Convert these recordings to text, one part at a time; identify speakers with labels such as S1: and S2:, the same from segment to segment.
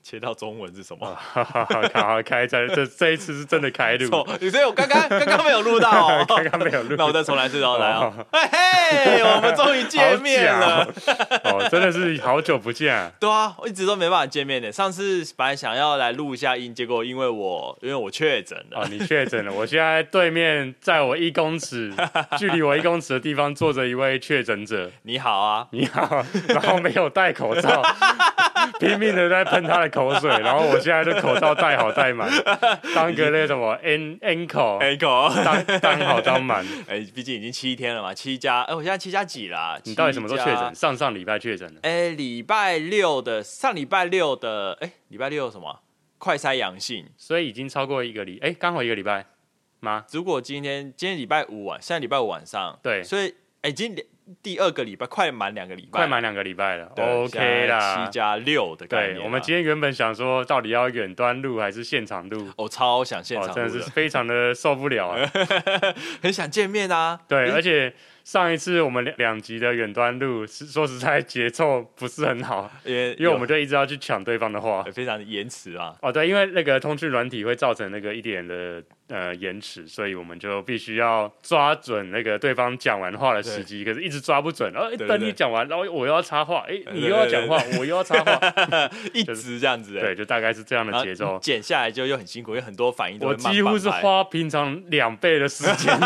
S1: 切到中文是什么？
S2: 好好好，开在这这一次是真的开路，
S1: 错，你所以我刚刚刚刚没有录到哦，
S2: 刚刚没有录
S1: 那我再重来一次哦，来哦，嘿嘿，我们终于见面了
S2: 好。假哦，哦真的是好久不见啊，
S1: 对啊，我一直都没办法见面的。上次本来想要来录一下音，结果因为我因为我确诊了，
S2: 哦，你确诊了，我现在对面在我一 公尺，距离我一公尺的地方坐着一位确诊者，
S1: 你好啊，
S2: 你好，然后没有戴口 罩，拼命的在喷他的口水，然后我现在的口罩戴好戴满，当个那什么 N N 口。
S1: 哎狗，
S2: 当当好 当满，
S1: 哎，毕竟已经七天了嘛，七加，哎，我现在七加几啦？
S2: 你到底什么时候确
S1: 七加
S2: 诊？？上上礼拜确诊的，
S1: 哎，礼拜六的上礼拜六的，哎，礼拜六什么？快筛阳性。
S2: 所以已经超过一个礼，哎、刚好一个礼拜吗？
S1: 如果今天今天礼拜五晚，现在礼拜五晚上，
S2: 对
S1: 所以哎，已经连第二个礼拜快满两个礼拜，
S2: 快满两个礼拜了
S1: 对
S2: ，OK
S1: 现在
S2: 啦
S1: 七。加六的概念啊
S2: 对
S1: 啦。，
S2: 我们今天原本想说，到底要远端录还是现场录？
S1: 我超想 现
S2: 哦，
S1: 场
S2: 真的
S1: 录
S2: 是
S1: 的，
S2: 非常的受不 了啊！
S1: 很想见面啊。
S2: 对，而且上一次我们两两集的远端录，是说实在节奏不是很好，
S1: 因为
S2: 因为我们就一直要去抢对方的话
S1: 呃有。非常的延迟啊。
S2: 哦，对，因为那个通讯软体会造成那个一点的呃延迟，所以我们就必须要抓准那个对方讲完话的时机，可是一直抓不准。然后哎
S1: 对对
S2: 等
S1: 对
S2: 你讲完，然后我又要插话，哎，
S1: 对
S2: 你
S1: 对
S2: 又要
S1: 对
S2: 讲话，我又要插话，
S1: 一直这样子、欸，
S2: 对，就大概是这样
S1: 然
S2: 的
S1: 后
S2: 节奏。
S1: 剪下来就又很辛苦，有很多反应都
S2: 我
S1: 会慢
S2: 几乎
S1: 半
S2: 是
S1: 拍
S2: 花平常两倍的时 间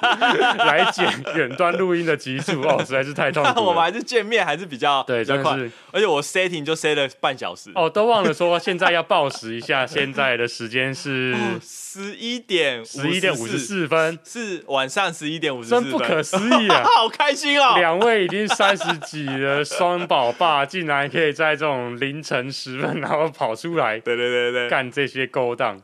S2: 来剪远端录音的集数哦，实在是太痛
S1: 但
S2: 苦
S1: 我们
S2: 了。
S1: 还是见面还是比较
S2: 对，
S1: 比较
S2: 真的
S1: 快，
S2: 是
S1: 而且我 setting 就 set 了半小时，
S2: 哦，都忘了说现在要报时一下，现在的时间是
S1: 哦十一点
S2: 十一点五十，四分，
S1: 是晚上十一点五十四
S2: 真
S1: 分，
S2: 不可思议啊！
S1: 好开心 哦！
S2: 两位已经三十几的双宝爸，竟然可以在这种凌晨时分，然后跑出来
S1: 对对对对，
S2: 干这些勾当，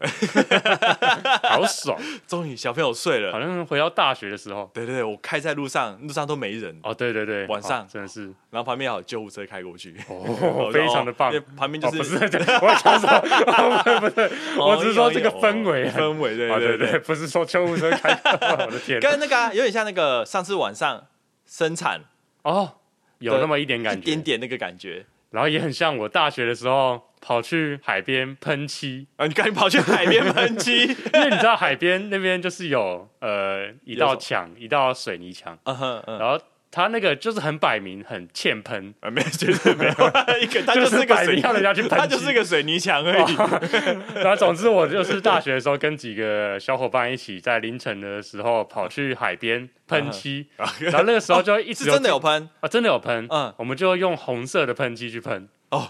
S2: 好爽！
S1: 终于小朋友睡了
S2: 好。像回到大学的时候。
S1: 对对对，我开在路上，路上都没人，
S2: 哦，对对对，
S1: 晚上
S2: 哦真的是
S1: 然后旁边还有救护车开过去，
S2: 哦，非常的棒
S1: 因为。旁边就
S2: 哦，
S1: 是
S2: 不是，我想说，不是，
S1: 哦
S2: 我只是说这个氛围啊。
S1: 氛 围，对
S2: 啊，
S1: 对
S2: 对对，不是说救护车开，我的 天，
S1: 跟那个、啊、有点像那个上次晚上生产
S2: 哦，有那么一点
S1: 一
S2: 感觉，
S1: 点点那个感觉
S2: 然后也很像我大学的时候跑去海边喷漆，
S1: 啊！你赶紧跑去海边喷漆，
S2: 因为你知道海边那边就是有呃一道墙，一道水泥墙，
S1: 嗯哼嗯，
S2: 然后它那个就是很摆明很欠喷，
S1: 啊没有绝对没有 一个，它
S2: 就是
S1: 个
S2: 摆
S1: 水
S2: 明
S1: 泥，
S2: 要人家去
S1: 它
S2: 喷
S1: 就是
S2: 漆。哦
S1: 个水泥墙而已。
S2: 然后总之我就是大学的时候跟几个小伙伴一起在凌晨的时候跑去海边喷漆，然后那个时候就一直
S1: 嗯哦是真的有喷
S2: 啊真的有喷，
S1: 嗯
S2: 我们就用红色的喷漆去喷
S1: 哦，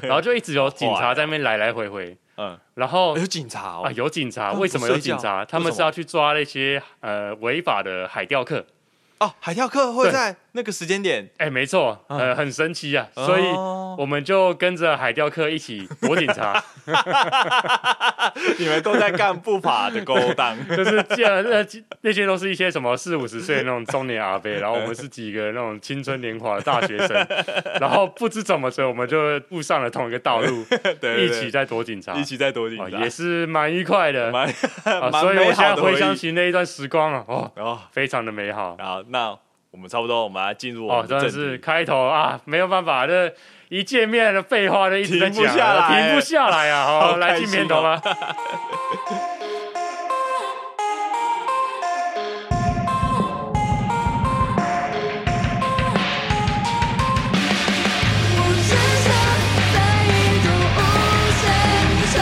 S2: 然后就一直有警察在那边来来回回，
S1: 嗯，
S2: 然后
S1: 有警察
S2: 啊，
S1: 哦，
S2: 有警察，
S1: 他们
S2: 为
S1: 不
S2: 什么有
S1: 睡觉
S2: 警察？他
S1: 为
S2: 们
S1: 什
S2: 是要去抓那些呃违法的海钓客。
S1: 哦，海钓客会在那个时间点，
S2: 哎，没错，呃，很神奇啊，所以
S1: 嗯哦
S2: 我们就跟着海钓客一起躲警察，
S1: 你们都在干不法的勾 当。
S2: 就是这样。那那些都是一些什么四五十岁那种中年阿伯，然后我们是几个那种青春年华的大学生，然后不知怎么着，我们就步上了同一个道路，
S1: 对 对
S2: 一
S1: 对
S2: 起在躲警察
S1: 一。起在躲警
S2: 啊，
S1: 察，
S2: 也是蛮愉快 的
S1: 蛮
S2: 啊，
S1: 蛮
S2: 所以我
S1: 美
S2: 现
S1: 好
S2: 在
S1: 的
S2: 回想
S1: 回忆。
S2: 起那一段时光啊，哦，
S1: 哦，
S2: 非常的美好。
S1: 好，那我们差不多，我们来进入我
S2: 哦
S1: 们，
S2: 真
S1: 的
S2: 的
S1: 正
S2: 是
S1: 题。
S2: 开头啊，没有办法，这一见面的废话就一直在
S1: 停不
S2: 讲
S1: 下
S2: 啊，
S1: 来
S2: 停不下来啊！好，
S1: 好
S2: 来
S1: 开
S2: 进
S1: 心哦
S2: 片头吧。
S3: 我只想在一种无声的惆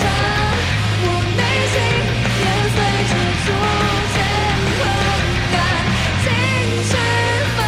S3: 怅，我内心也随着逐渐狂感，情绪泛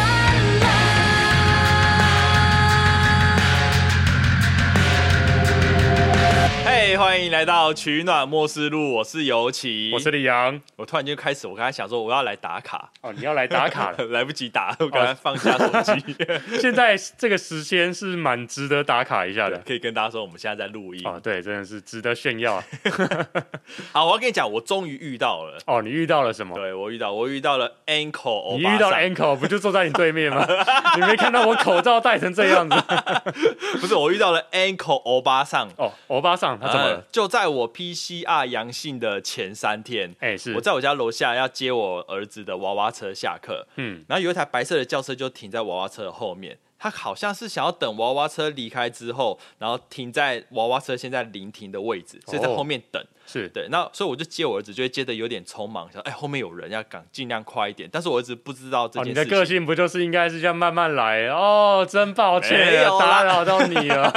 S3: 滥。
S1: 嘿欢迎来到取暖末世录，我是尤其，
S2: 我是李阳，
S1: 我突然间开始，我刚才想说我要来打卡，
S2: 哦，你要来打卡了。 哦
S1: 来不及打，我刚才放下手 机，
S2: 现在这个时间是蛮值得打卡一下的。
S1: 可以跟大家说我们现在在录音。
S2: 哦，对，真的是值得炫耀啊。
S1: 好，我要跟你讲，我终于遇到了，
S2: 哦，你遇到了什么？
S1: 对我遇到，我遇到了 ankle 欧
S2: 你
S1: 巴
S2: 遇到了
S1: 桑
S2: Anko，不就坐在你对面 吗？你没看到我口罩戴成这样子？
S1: 不是我遇到了 ankle 欧巴桑，
S2: 哦，欧巴桑他怎么
S1: 呃
S2: 了？
S1: 就在我 PCR 阳性的前三天，
S2: 哎，是
S1: 我，在我家楼下要接我儿子的娃娃车下课，
S2: 嗯，
S1: 然后有一台白色的轿车就停在娃娃车的后面，他好像是想要等娃娃车离开之后，然后停在娃娃车现在临停的位置，所以在
S2: 哦
S1: 后面等。
S2: 是
S1: 对，那所以我就接我儿子，就会接的有点匆忙，想哎后面有人要赶，尽量快一点。但是我儿子不知道这
S2: 哦，
S1: 件
S2: 你
S1: 事
S2: 的
S1: 情。
S2: 个性不就是应该是这样慢慢来哦？真抱
S1: 没
S2: 歉
S1: 有，啦
S2: 打扰到你 了，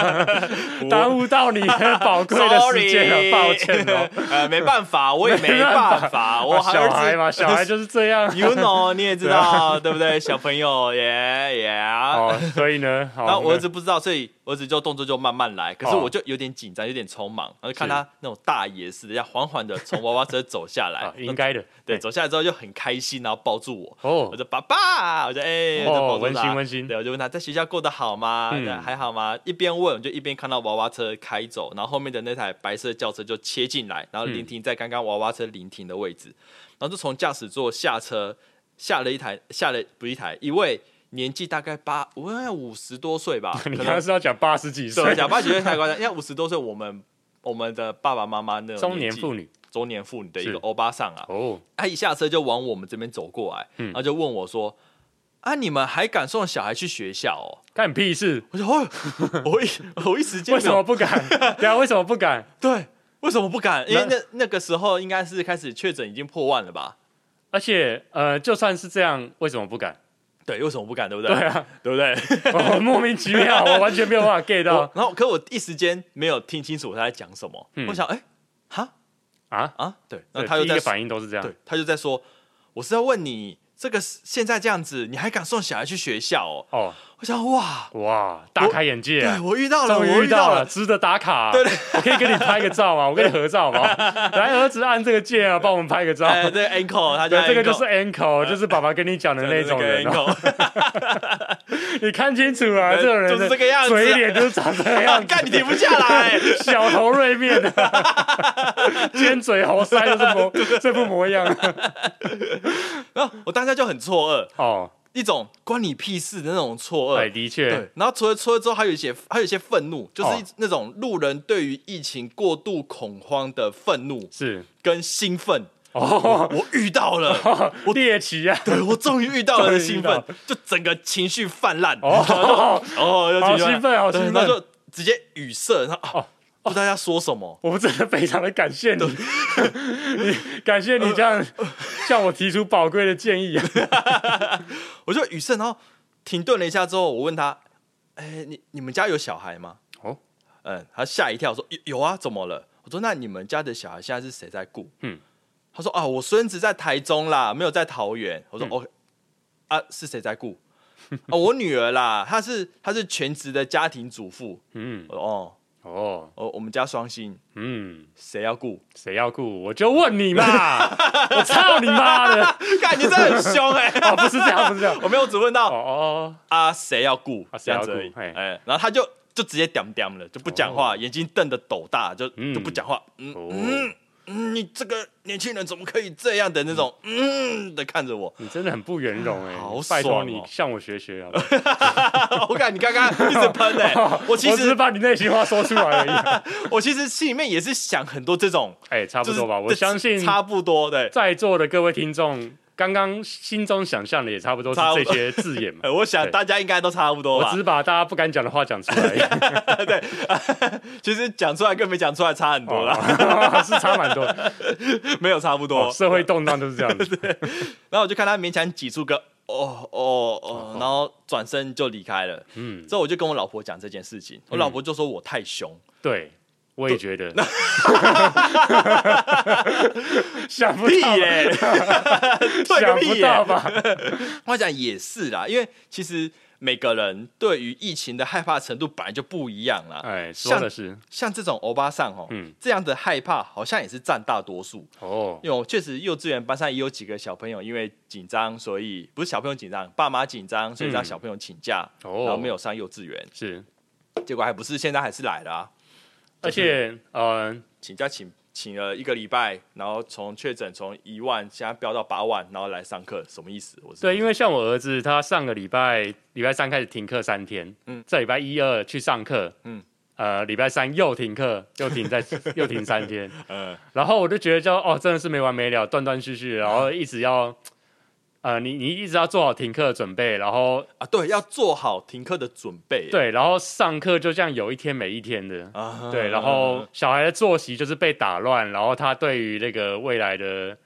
S2: 耽误到你的宝 贵的时间了，抱歉哦。
S1: 呃，没办法，我也没办法， 我
S2: 啊 小
S1: 儿
S2: 孩
S1: 子
S2: 嘛，小孩就是这样。
S1: ，you know，你也 知 道，对不对？小朋友，耶耶。
S2: 哦，所以呢， 好，
S1: 然后我儿
S2: 那
S1: 子不知道，所以我儿子就动作就慢慢来。可是
S2: 哦
S1: 我就有点紧张，有点匆忙，然后就看
S2: 是
S1: 他那种大爷似的，要缓缓的从娃娃车走下来
S2: 啊，。应该的，
S1: 对，走下来之后就很开心，然后抱住我。
S2: 哦
S1: 我，就爸爸，我就哎、欸，
S2: 哦
S1: 我就抱住
S2: 温馨
S1: 他
S2: 温馨
S1: 对，我就问他在学校过得好吗？
S2: 嗯
S1: 对，还好吗？一边问，我就一边看到娃娃车开走，然后后面的那台白色轿车就切进来，然后
S2: 嗯
S1: 临停在刚刚娃娃车临停的位置，然后就从驾驶座下车，下了一台，下了不是一台，一位年纪大概八，我应该五十多岁吧，可
S2: 你刚
S1: 能
S2: 刚是要讲八十几
S1: 对，
S2: 岁，
S1: 讲八九岁太夸张，因为五十多岁我们。我们的爸爸妈妈那种
S2: 中年
S1: 纪
S2: 妇女
S1: 中年妇女的一
S2: 是
S1: 个欧巴桑啊，
S2: 哦，
S1: 他一下车就往我们这边走过来，
S2: 嗯
S1: 然后就问我说：“啊，你们还敢送小孩去学校哦
S2: 干你屁事？”？
S1: 我说：“哦，我一 我一时间
S2: 为
S1: 没
S2: 什
S1: 有
S2: 么不敢？ 对啊，为什么不敢？
S1: 对？为什么不敢？因为
S2: 那
S1: 那那个时候应该是开始确诊已经破万了吧？
S2: 而且呃，就算是这样，为什么不敢？
S1: 对，为什么不敢？对不对？
S2: 对啊啊，
S1: 对不对？
S2: 我莫名其妙，我完全没有办法 get
S1: 我
S2: 到
S1: 然后可我一时间没有听清楚他在讲什么，
S2: 嗯
S1: 我想，哎，哈
S2: 啊。
S1: 啊，对，那
S2: 对，
S1: 他又
S2: 第一
S1: 在
S2: 个反应啊都是这样
S1: 对，，他就在说，我是要问你，这个现在这样子，你还敢送小孩去学校哦？
S2: 哦，
S1: 我想，哇，
S2: 哇，大开眼界
S1: 哦
S2: 啊
S1: 对！我遇到了，
S2: 终
S1: 我
S2: 于
S1: 遇
S2: 遇
S1: 到
S2: 到
S1: 了
S2: 了，，值得打卡、对我可以跟你拍个照啊吗？我跟你合照吗？ 来，儿子按这个键啊，帮我们拍个照。
S1: 哎，对 ankle，他叫
S2: 对，这个
S1: ankle
S2: 就是 ankle，就是爸爸跟你讲的那种人、哦。
S1: ankle，
S2: 你看清楚啊，这种人
S1: 就是
S2: 的
S1: 这个样子啊
S2: 嘴脸就是长这个样子，
S1: 干你停不下来，
S2: 小头锐 面的、尖嘴猴腮就是模这副模样。
S1: 然后我当下就很错愕，
S2: 哦，
S1: 一种关你屁事的那种错
S2: 哎，
S1: 愕。
S2: 的
S1: 对
S2: 确，，
S1: 然后除了错愕之后，还有一些，还有一些愤怒，就是一
S2: 哦
S1: 那种路人对于疫情过度恐慌的愤怒
S2: 是
S1: 跟兴奋。
S2: 哦，
S1: 我遇到了，
S2: 我猎奇啊。
S1: 对我终于遇到了的兴奋
S2: 终，
S1: 就整个情绪泛滥。
S2: 哦，
S1: 哦，又
S2: 好
S1: 情绪泛滥
S2: 兴奋好
S1: 对
S2: 兴
S1: 然后
S2: 奋哦
S1: 就直接语塞，然后啊，不知道要说什么。
S2: 我真的非常的感谢你，你感谢 你 这样向我提出宝贵的建议啊。
S1: 我就语塞，然后停顿了一下之后，我问他：“哎、你你们家有小孩吗？”
S2: 哦，
S1: 嗯，他吓一跳，说：“有有啊，怎么了？”我说：“那你们家的小孩现在是谁在顾？”
S2: 嗯，
S1: 他说：“啊，我孙子在台中啦，没有在桃园。”
S2: 嗯
S1: 我说：“哦，啊，是谁在顾？啊，我女儿啦，她是她是全职的家庭主妇。
S2: 嗯，
S1: 我说：“哦，
S2: 哦，
S1: 哦，我们家双薪，
S2: 嗯，
S1: 谁要顾
S2: 谁要顾？我就问 你嘛，我操你妈的！？”
S1: 看你真的很凶哎、
S2: 哦，不是这样，不是这样。
S1: 我没有只问
S2: 哦
S1: 到
S2: 哦，
S1: 啊，谁要顾
S2: 啊？谁
S1: 这样
S2: 要顾
S1: 子而已。
S2: 嘿
S1: 哎，然后他就就直接点点了，就不讲话，
S2: 哦
S1: 眼睛瞪得斗大，就
S2: 嗯
S1: 就不讲话。嗯
S2: 哦
S1: 嗯嗯，你这个年轻人怎么可以这样的那种嗯的看着 我？
S2: 你真的很不圆融哎、
S1: 好
S2: 拜
S1: 爽
S2: 托
S1: 哦
S2: 你向我学学好不好
S1: 我感觉你刚刚一直喷哎， 我其
S2: 我只是
S1: 实
S2: 把你内心话说出来而已。啊
S1: 我其实心里面也是想很多这种，
S2: 哎、差不多吧，
S1: 就是
S2: 我相信
S1: 差不多对。
S2: 在座的各位听众，刚刚心中想象的也差不多是
S1: 差不
S2: 这
S1: 多
S2: 些字眼嘛
S1: 哎。我想
S2: 对
S1: 大家应该都差不多
S2: 我
S1: 吧
S2: 只。是把大家不敢讲的话讲出 来，
S1: 其实讲出来跟没讲出来差很多啦，
S2: 哦是差蛮多。
S1: 没有差不
S2: 哦，
S1: 多。
S2: 社会动荡就是这 样子。
S1: 然后我就看他勉强挤出个哦哦哦，然后转身就离开了。
S2: 嗯，
S1: 之后我就跟我老婆讲这件事情，我老婆就说我太 凶，
S2: 对，我也觉得。想不
S1: 屁
S2: 到吧，
S1: 耶、 对个
S2: 想
S1: 屁
S2: 不
S1: 耶、
S2: 到吧？
S1: 我想也是啦，因为其实每个人对于疫情的害怕程度本来就不一样啦。
S2: 哎，说
S1: 像
S2: 的是
S1: 像这种欧巴桑哦，
S2: 嗯
S1: 这样的害怕好像也是占大多数。
S2: 哦，
S1: 因为我确实幼稚园班上也有几个小朋友因为紧张，所以不是小朋友紧张，爸妈紧张，所以让
S2: 嗯
S1: 小朋友请假，
S2: 哦
S1: 然后没有上幼稚园，
S2: 是，
S1: 结果还不是现在还是来了、啊，
S2: 而且呃，
S1: 请假请请了一个礼拜，然后从确诊从一万现在飙到八万，然后来上课，什么意思？我是
S2: 对，因为像我儿子，他上个礼拜礼拜三开始停课三天，
S1: 嗯
S2: 嗯，这礼拜一二去上课，
S1: 嗯
S2: 嗯，呃，礼拜三又停课，又停 在又停三天，
S1: 呃
S2: 然后我就觉得叫哦，真的是没完没了，断断续续，然后一直要呃，你你一直要做好停课的准备，然后
S1: 啊，对，要做好停课的准备。
S2: 对，然后上课就这样有一天没一天的，
S1: 啊
S2: 对，然后小孩的作息就是被打乱，然后他对于那个未来的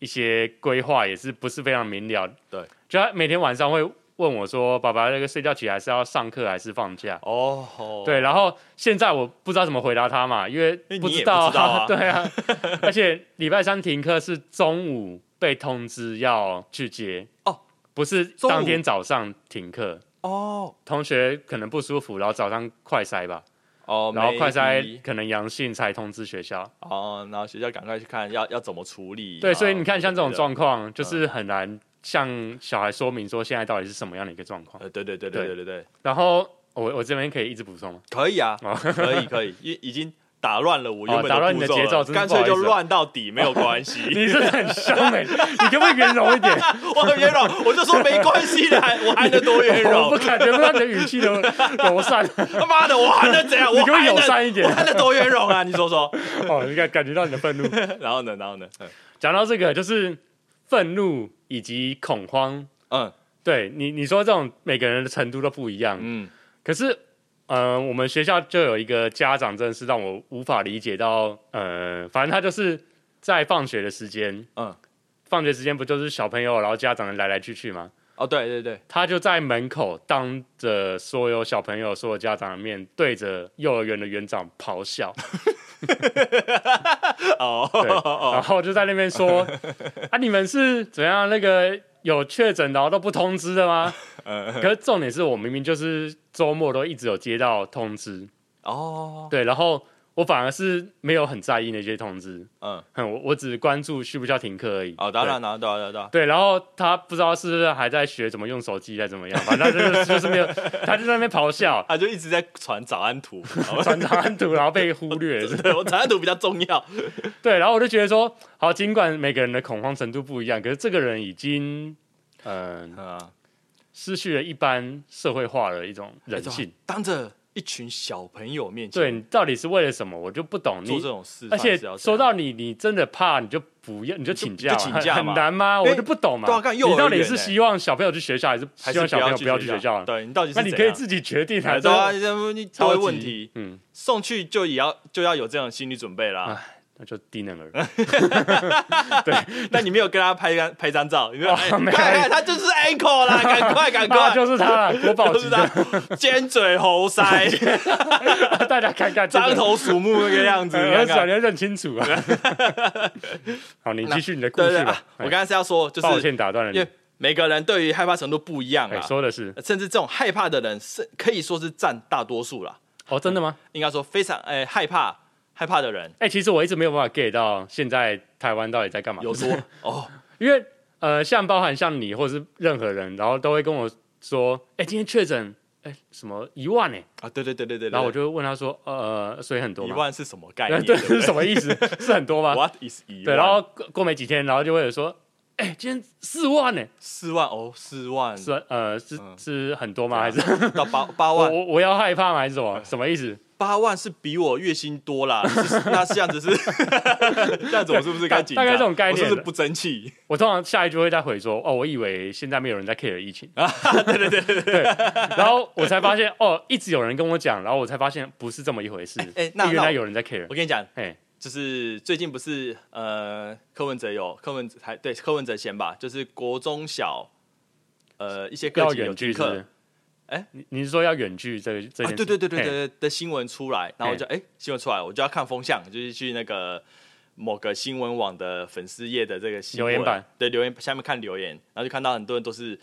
S2: 一些规划也是不是非常明了。
S1: 对，
S2: 就他每天晚上会问我说：“爸爸，那个睡觉起来是要上课还是放假？”
S1: 哦，哦
S2: 对，然后现在我不知道怎么回答他嘛，因为
S1: 因为
S2: 不
S1: 你也
S2: 道
S1: 不知道啊
S2: 对啊，而且礼拜三停课是中午被通知要去接
S1: 哦，
S2: 不是
S1: 中午
S2: 当天早上停课。
S1: 哦
S2: 同学可能不舒服，然后早上快筛吧，
S1: 哦，
S2: 然后快筛
S1: maybe
S2: 可能阳性才通知学校。
S1: 哦，然后学校赶快去看要要怎么处理。
S2: 对，
S1: 然后
S2: 所以你看像这种
S1: 对嗯
S2: 状况，就是很难向小孩说明说现在到底是什么样的一个状况。
S1: 呃，对对对对
S2: 对
S1: 对对对，
S2: 然后我我这边可以一直补充吗？
S1: 可以啊，
S2: 哦
S1: 可以可以，因为已经打乱了我原本
S2: 哦打乱你
S1: 步
S2: 的
S1: 骤
S2: 节奏
S1: 了
S2: 真是
S1: 干
S2: 不好
S1: 脆
S2: 意思
S1: 就乱到底，没有关系。
S2: 你真的很凶哎、你可不可以圆融一点？
S1: 我很冤枉，我就说没关系的，还我还能多冤
S2: 我
S1: 枉
S2: 不？感觉不到你的语气的 柔善，
S1: 他妈的，我还能 怎样？
S2: 你
S1: 我
S2: 给我
S1: 还
S2: 友
S1: 能
S2: 善一点
S1: 我还能多冤枉啊？你说说。
S2: 哦，你感感觉到你的愤怒。
S1: 然后呢？然后呢？嗯
S2: 讲到这个，就是愤怒以及恐慌，
S1: 嗯
S2: 对你你说这种每个人的程度都不一样，
S1: 嗯，
S2: 可是。呃，我们学校就有一个家长，真的是让我无法理解到。呃，反正他就是在放学的时间，
S1: 嗯，
S2: 放学时间不就是小朋友，然后家长来来去去吗？
S1: 哦，对对对，
S2: 他就在门口当着所有小朋友、所有家长的面，对着幼儿园的园长咆哮，
S1: 哦
S2: 对，然后就在那 边说啊，你们是怎样那个有确诊然后都不通知的吗？
S1: 嗯
S2: 可是重点是我明明就是周末都一直有接到通知，
S1: 哦，
S2: 对，然后我反而是没有很在意那些通知，
S1: 嗯，
S2: 哼，我我只关注需不需要停课而已。
S1: 哦，当然了，对啊对啊对啊，
S2: 对。对，然后他不知道是不是还在学怎么用手机，还是怎么样，反正就是 就是没有，他就在那边咆哮，
S1: 啊他就一直在传早安 图，好吧
S2: 传长安图，然后被忽略，
S1: 对我早安图比较重要。
S2: 对，然后我就觉得说，好，尽管每个人的恐慌程度不一样，可是这个人已经，嗯、
S1: 嗯，
S2: 失去了一般社会化的一种人性。
S1: 当着一群小朋友面
S2: 对
S1: 前
S2: 你到底是为了什么，我就不懂
S1: 做这
S2: 你。
S1: 种事，
S2: 而
S1: 到底
S2: 且
S1: 是
S2: 说
S1: 要怎样
S2: 到你，你真的怕，你就不要，你就请假嘛，
S1: 就请假
S2: 很
S1: 嘛
S2: 很难吗？
S1: 因为
S2: 我就不懂嘛。
S1: 对啊干幼儿
S2: 你到底
S1: 园
S2: 是
S1: 欸
S2: 希望小朋友去学校，还是
S1: 还
S2: 希
S1: 是
S2: 望小朋友
S1: 去
S2: 不要去学校？
S1: 对你到底是
S2: 那你可
S1: 怎
S2: 以
S1: 样
S2: 自己决定啊。
S1: 对啊，
S2: 这
S1: 这你
S2: 超
S1: 多
S2: 级
S1: 问题，
S2: 嗯，
S1: 送去就也要就要有这样的心理准备 啦。
S2: 那就 低能儿。
S1: 那你没有跟他拍张拍张照，你没有，
S2: 哦
S1: 哎
S2: 没有
S1: 看看他就是 ankle 啦，赶快赶
S2: 啊，
S1: 快，
S2: 就是他了，国宝
S1: 就
S2: 级
S1: 是
S2: 的，
S1: 他尖嘴猴腮。
S2: 大家看看这个
S1: 獐头鼠目那个 样子，
S2: 你
S1: 你
S2: 要
S1: 看
S2: 想
S1: 看
S2: 你要认清 楚啊。好，你继续你的故
S1: 对对
S2: 事
S1: 啊
S2: 吧。，
S1: 我
S2: 哎
S1: 刚才是要说，就
S2: 抱
S1: 是
S2: 歉打断了
S1: 因
S2: 你
S1: 为。每个人对于害怕程度不一样
S2: 哎，
S1: 啊，
S2: 说的是
S1: 甚至这种害怕的人是可以说是占大多数啦。
S2: 哦，真的吗？
S1: 应该说非常哎、害怕害怕的人
S2: 哎，其实我一直没有办法 get 到现在台湾到底在干嘛，
S1: 有
S2: 就是
S1: 多哦，
S2: 因为呃，像包含像你或是任何人，然后都会跟我说，哎，今天确诊，哎，什么一万哎，
S1: 啊，对对对对对，
S2: 然后我
S1: 就
S2: 就会问他说，呃，所以很多
S1: 一
S2: 吗？
S1: 万是什么概
S2: 呃
S1: 念？
S2: 对，
S1: 对
S2: 是什么意思？是很 多吗？
S1: ，What is 一万？
S2: 对，然后过过没几天，然后就会有说，哎，今天四万呢，
S1: 四万哦，四万
S2: 是呃是
S1: 嗯
S2: 是很多吗？还是
S1: 到八八
S2: 我
S1: 万，
S2: 我我要害怕吗？还是什么？什么意思？
S1: 八万是比我月薪多 啦，是那这样子是 这样子，我是不是该紧张？
S2: 大概这种概念
S1: 我是不是不争气？
S2: 我通常下一句会再回说，哦，我以为现在没有人在 care 疫情，
S1: 对对对对对，
S2: 然后我才发现，哦，一直有人跟我讲，然后我才发现不是这么一回事，
S1: 哎那
S2: 原
S1: 那
S2: 来
S1: 我
S2: 有人在 care，
S1: 我跟你讲，
S2: 哎，
S1: 就是最近不是呃，柯文哲有柯文哲还对柯文哲先吧，就是国中小呃一些
S2: 要
S1: 个体有
S2: 远
S1: 停
S2: 距是不
S1: 课
S2: 是？
S1: 哎
S2: 你你是说要远距这个这
S1: 啊，
S2: 件事？
S1: 对对对对
S2: 哎，
S1: 对的新闻出来，然后我就哎、新闻出来，我就要看风向，就是去那个某个新闻网的粉丝页的这个新闻
S2: 留言板，
S1: 对留言下面看留言，然后就看到很多人都是。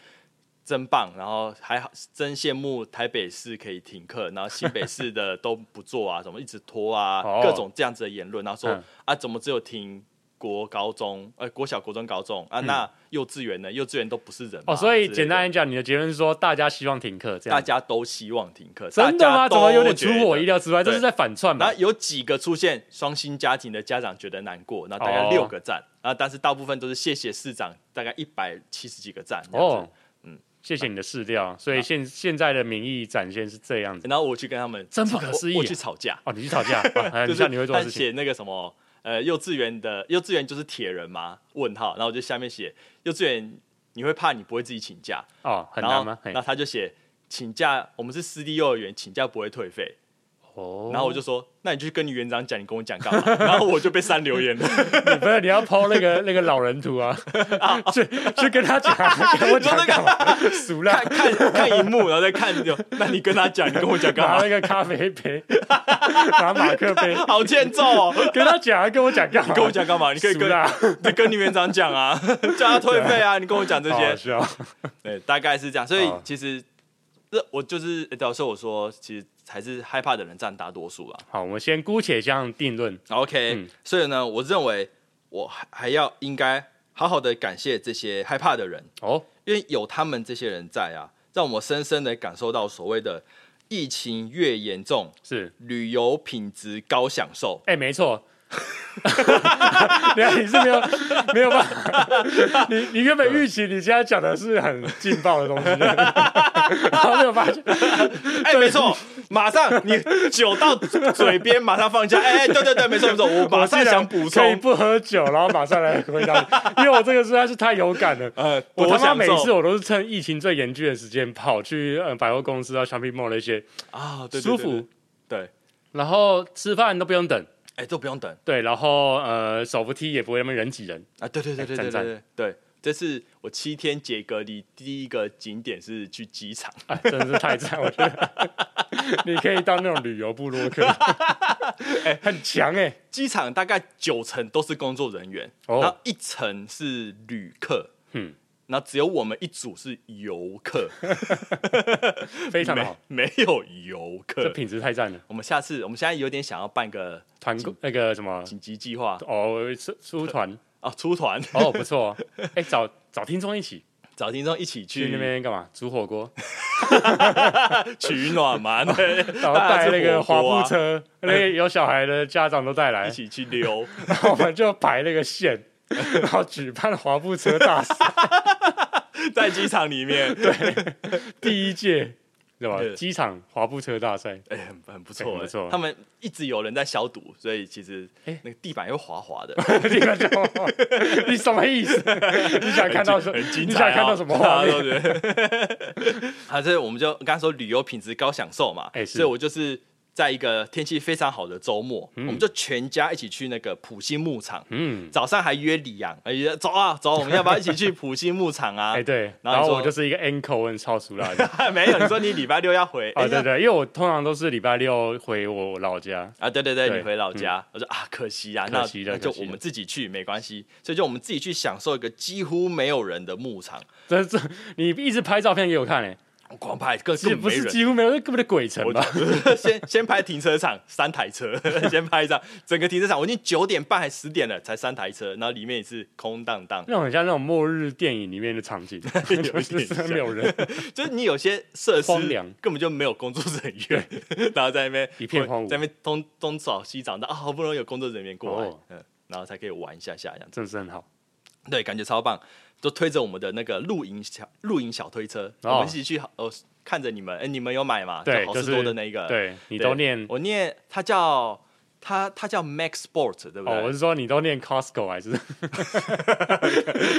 S1: 真棒，然后还好，真羡慕台北市可以停课，然后新北市的都不做啊，什么一直拖啊，
S2: 哦
S1: 各种这样子的言论，然后说、
S2: 嗯
S1: 啊，怎么只有停国高中，呃，国小、国中、高中啊，那幼稚园呢？幼稚园都不啊是人嘛
S2: 哦，所
S1: 之类
S2: 以
S1: 的
S2: 简单来讲，你的结论是说大家希望停课，这
S1: 大
S2: 样
S1: 家都希望停课，
S2: 真的
S1: 大家
S2: 吗？
S1: 都
S2: 怎么有点出
S1: 觉
S2: 乎我
S1: 得
S2: 意料之外？这
S1: 对
S2: 是在反串
S1: 然
S2: 吧
S1: 后？有几个出现双薪家庭的家长觉得难过，然后大概
S2: 哦
S1: 六个赞，然后但是大部分都是谢谢市长，大概一百七十几个赞这样子嗯啊
S2: 哦，谢谢你的试调，所以现现在的民意展现是这样子。
S1: 然后我去跟他们
S2: 真
S1: 吵
S2: 不可思议
S1: 我我
S2: 啊
S1: 去吵架，
S2: 哦，你去吵架， 啊哎
S1: 就
S2: 你
S1: 是
S2: 像你会做的
S1: 他
S2: 事情，
S1: 写那个什么呃幼稚园的幼稚园就是铁人吗？问号，然后我就下面写幼稚园你会怕你不会自己请假，
S2: 哦，很
S1: 然后
S2: 难吗？嘿
S1: 那他就写请假，我们是私立幼儿园，请假不会退费。
S2: 哦
S1: 然后我就说，那你就去跟你园长讲，你跟我讲干嘛？ 然后我就被删留言了。
S2: 你 不是你要抛那个那个老人图 啊， 去去跟他讲，跟我讲干嘛？ 熟了
S1: 看，看看荧幕，然后再看就，那你跟他讲，你跟我讲干
S2: 拿
S1: 嘛
S2: 那？个咖啡杯， 拿马克 杯，
S1: 好欠揍哦！
S2: 跟他讲，跟我讲干嘛？
S1: 跟我讲干嘛？你可以
S2: 熟
S1: 跟
S2: 啦，
S1: 你跟你园长讲啊， 叫他退费啊！你跟我讲这
S2: 好好
S1: 些，
S2: 笑。
S1: 对，大概是这样。所以
S2: 好
S1: 其实这我就是，呃对，所以我说，其实还是害怕的人占大多数吧。
S2: 好，我们先姑且这样定论。
S1: OK，、
S2: 嗯
S1: 所以呢，我认为我还还要应该好好的感谢这些害怕的人，
S2: 哦，
S1: 因为有他们这些人在啊，让我深深的感受到所谓的疫情越严重，
S2: 是，
S1: 旅游品质高享 受。
S2: 哎，没错。你看，你是没有没有办法， 你你原本预期你现在讲的是很劲爆的东西， 然后没有发现，
S1: 哎、没错，马上你酒到嘴边，马上放 下。哎、哎对对对，没错没错，我马上想补
S2: 可以
S1: 充。
S2: 不喝酒，然后马上来回答你，因为我这个实在是太有感了。
S1: 呃，
S2: 我
S1: 多
S2: 他妈
S1: 享
S2: 每
S1: 受
S2: 次我都是趁疫情最严峻的时间跑去呃百货公司啊、shopping mall 那些
S1: 啊，对
S2: 舒服，，
S1: 对对对，对
S2: 然后吃饭都不用等，
S1: 哎、都不用等
S2: 对，然后呃手扶梯也不会那么人挤人，
S1: 啊，对对对对
S2: 哎
S1: 对
S2: 赞
S1: 对对对，这是我七天解隔离第一个景点是去机场。
S2: 哎，真的是太赞，我觉得 你可以当那种旅游部落客， 哎，很强哎，
S1: 机场大概九成都是工作人员，
S2: 哦
S1: 然后一层是旅客，
S2: 嗯
S1: 嗯，然后只有我们一组是游客，
S2: 非常的
S1: 没
S2: 好，
S1: 没有游
S2: 这
S1: 客。
S2: 品质太赞了，
S1: 我们下次，我们现在有点想要办个
S2: 团购那个什么
S1: 紧急计划
S2: 哦出出团
S1: 啊，出团
S2: 哦不错哦， 哎找找听众一起
S1: 找听众一起
S2: 去
S1: 去
S2: 那边干嘛？煮火锅。
S1: 取暖嘛，对，
S2: 然后带那 个滑
S1: 步
S2: 步，车，那个有小孩的家长都带来
S1: 啊一，起去溜。
S2: 然后我们就排那个 线，然后举办滑步车大赛
S1: 在机场里 面，
S2: 第一届，对吧？
S1: 对
S2: 机场滑步车大赛，
S1: 哎、很很不
S2: 哎
S1: 错、
S2: 很不错
S1: 他们一直有人在消毒，所以其实
S2: 哎
S1: 那个地板又滑滑的，
S2: 你们懂吗 你什么意思？你想看到什么？
S1: 很精
S2: 你
S1: 彩、
S2: 想
S1: 啊，
S2: 看到什么画面？
S1: 对对对 啊，这我们就刚才说旅游品质高享受嘛，
S2: 哎是
S1: 所以我就是在一个天气非常好的周末，我们就全家一起去那个普星牧场，
S2: 嗯，
S1: 早上还约李阳，哎、呀，走啊走，我们要不要一起去普星牧场啊？
S2: 哎对，
S1: 然后你
S2: 然后
S1: 说
S2: 我就是一个 ankle 很超熟啦。
S1: 没有，你说你礼拜六要回，哎
S2: 哦，对
S1: 那
S2: 对，因为我通常都是礼拜六回我老家，
S1: 啊，对对对，
S2: 对嗯
S1: 你回老家，我说啊，可惜啊，
S2: 可
S1: 那
S2: 惜了
S1: 那就
S2: 可惜
S1: 我
S2: 了
S1: 们自己去没关系，所以就我们自己去享受一个几乎没有人的牧场，
S2: 这这你一直拍照片给我看诶，
S1: 我狂拍，更
S2: 其实
S1: 更
S2: 不
S1: 没
S2: 是
S1: 人。
S2: 几乎没有，那根本就鬼城
S1: 我
S2: 吧？
S1: 先先拍停车场三台车， 先拍一张整个停车场，我已经九点半还十点了才三台车，然后里面也是空荡荡，
S2: 那种很像那种末日电影里面 的场景，
S1: 有一点
S2: 就是
S1: 像
S2: 没有人，
S1: 就是你有些设施
S2: 荒凉
S1: 根本就没有工作人员，然后在那边
S2: 一片荒芜
S1: 在那边东东找西找，啊，好不容易有工作人员过来，
S2: 哦
S1: 嗯，然后才可以玩一下下这样子，
S2: 真的是很好。
S1: 对，感觉超棒，就推着我们的那个露营小露营小推车，
S2: 哦
S1: 我们一起去呃看着你们，哎、你们有买吗？
S2: 对，
S1: 好
S2: 就
S1: 事
S2: 是
S1: 多的那一个，
S2: 对 你
S1: 对
S2: 都念
S1: 我念它叫它它叫 Max Sport，对不对？
S2: 哦，我是说你都念 Costco 还是？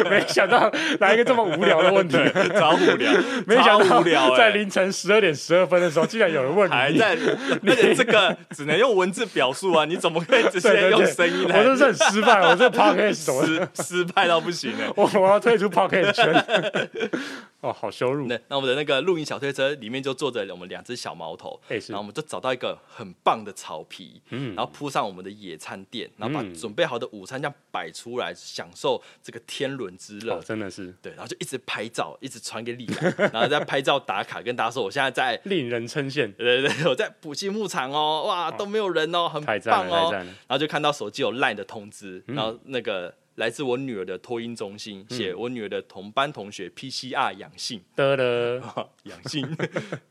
S2: 没想到来一个这么无聊 的问题，
S1: 超无聊，
S2: 没想
S1: 超
S2: 到
S1: 无聊、欸，
S2: 在凌晨十二点十二分的时候，竟然有人问
S1: 还
S2: 你。
S1: 在，而且这个只能用文字表述啊，你怎么可以直
S2: 对
S1: 接
S2: 对
S1: 用
S2: 对，
S1: 声音
S2: 我
S1: 来
S2: 真是很失败， 我这 podcast 怎么？
S1: 失失败到不行欸呢、
S2: 我我要退出 podcast 圈。 哦，好羞辱！
S1: 那那我们的那个露营小推车里面就坐着我们两只小毛头，
S2: 哎是
S1: 然后我们就找到一个很棒的草皮，
S2: 嗯
S1: 然后铺上我们的野餐垫，然后
S2: 嗯
S1: 把准备好的午餐这样摆出来，享受这个天伦之乐。
S2: 哦，真的是
S1: 对，然后就一直拍照，一直传给李阳，然后再拍照打卡，跟大家说我现在在
S2: 令人称羡，
S1: 对对对，我在补习牧场哦，哇，都没有人哦，很
S2: 太赞
S1: 棒
S2: 了，太嗯
S1: 哦。
S2: 赞了！
S1: 然后就看到手机有 LINE 的通知，然后那个来自我女儿的托婴中心，
S2: 嗯
S1: 写我女儿的同班同学 PCR 阳 性，
S2: 得了，
S1: 阳 性，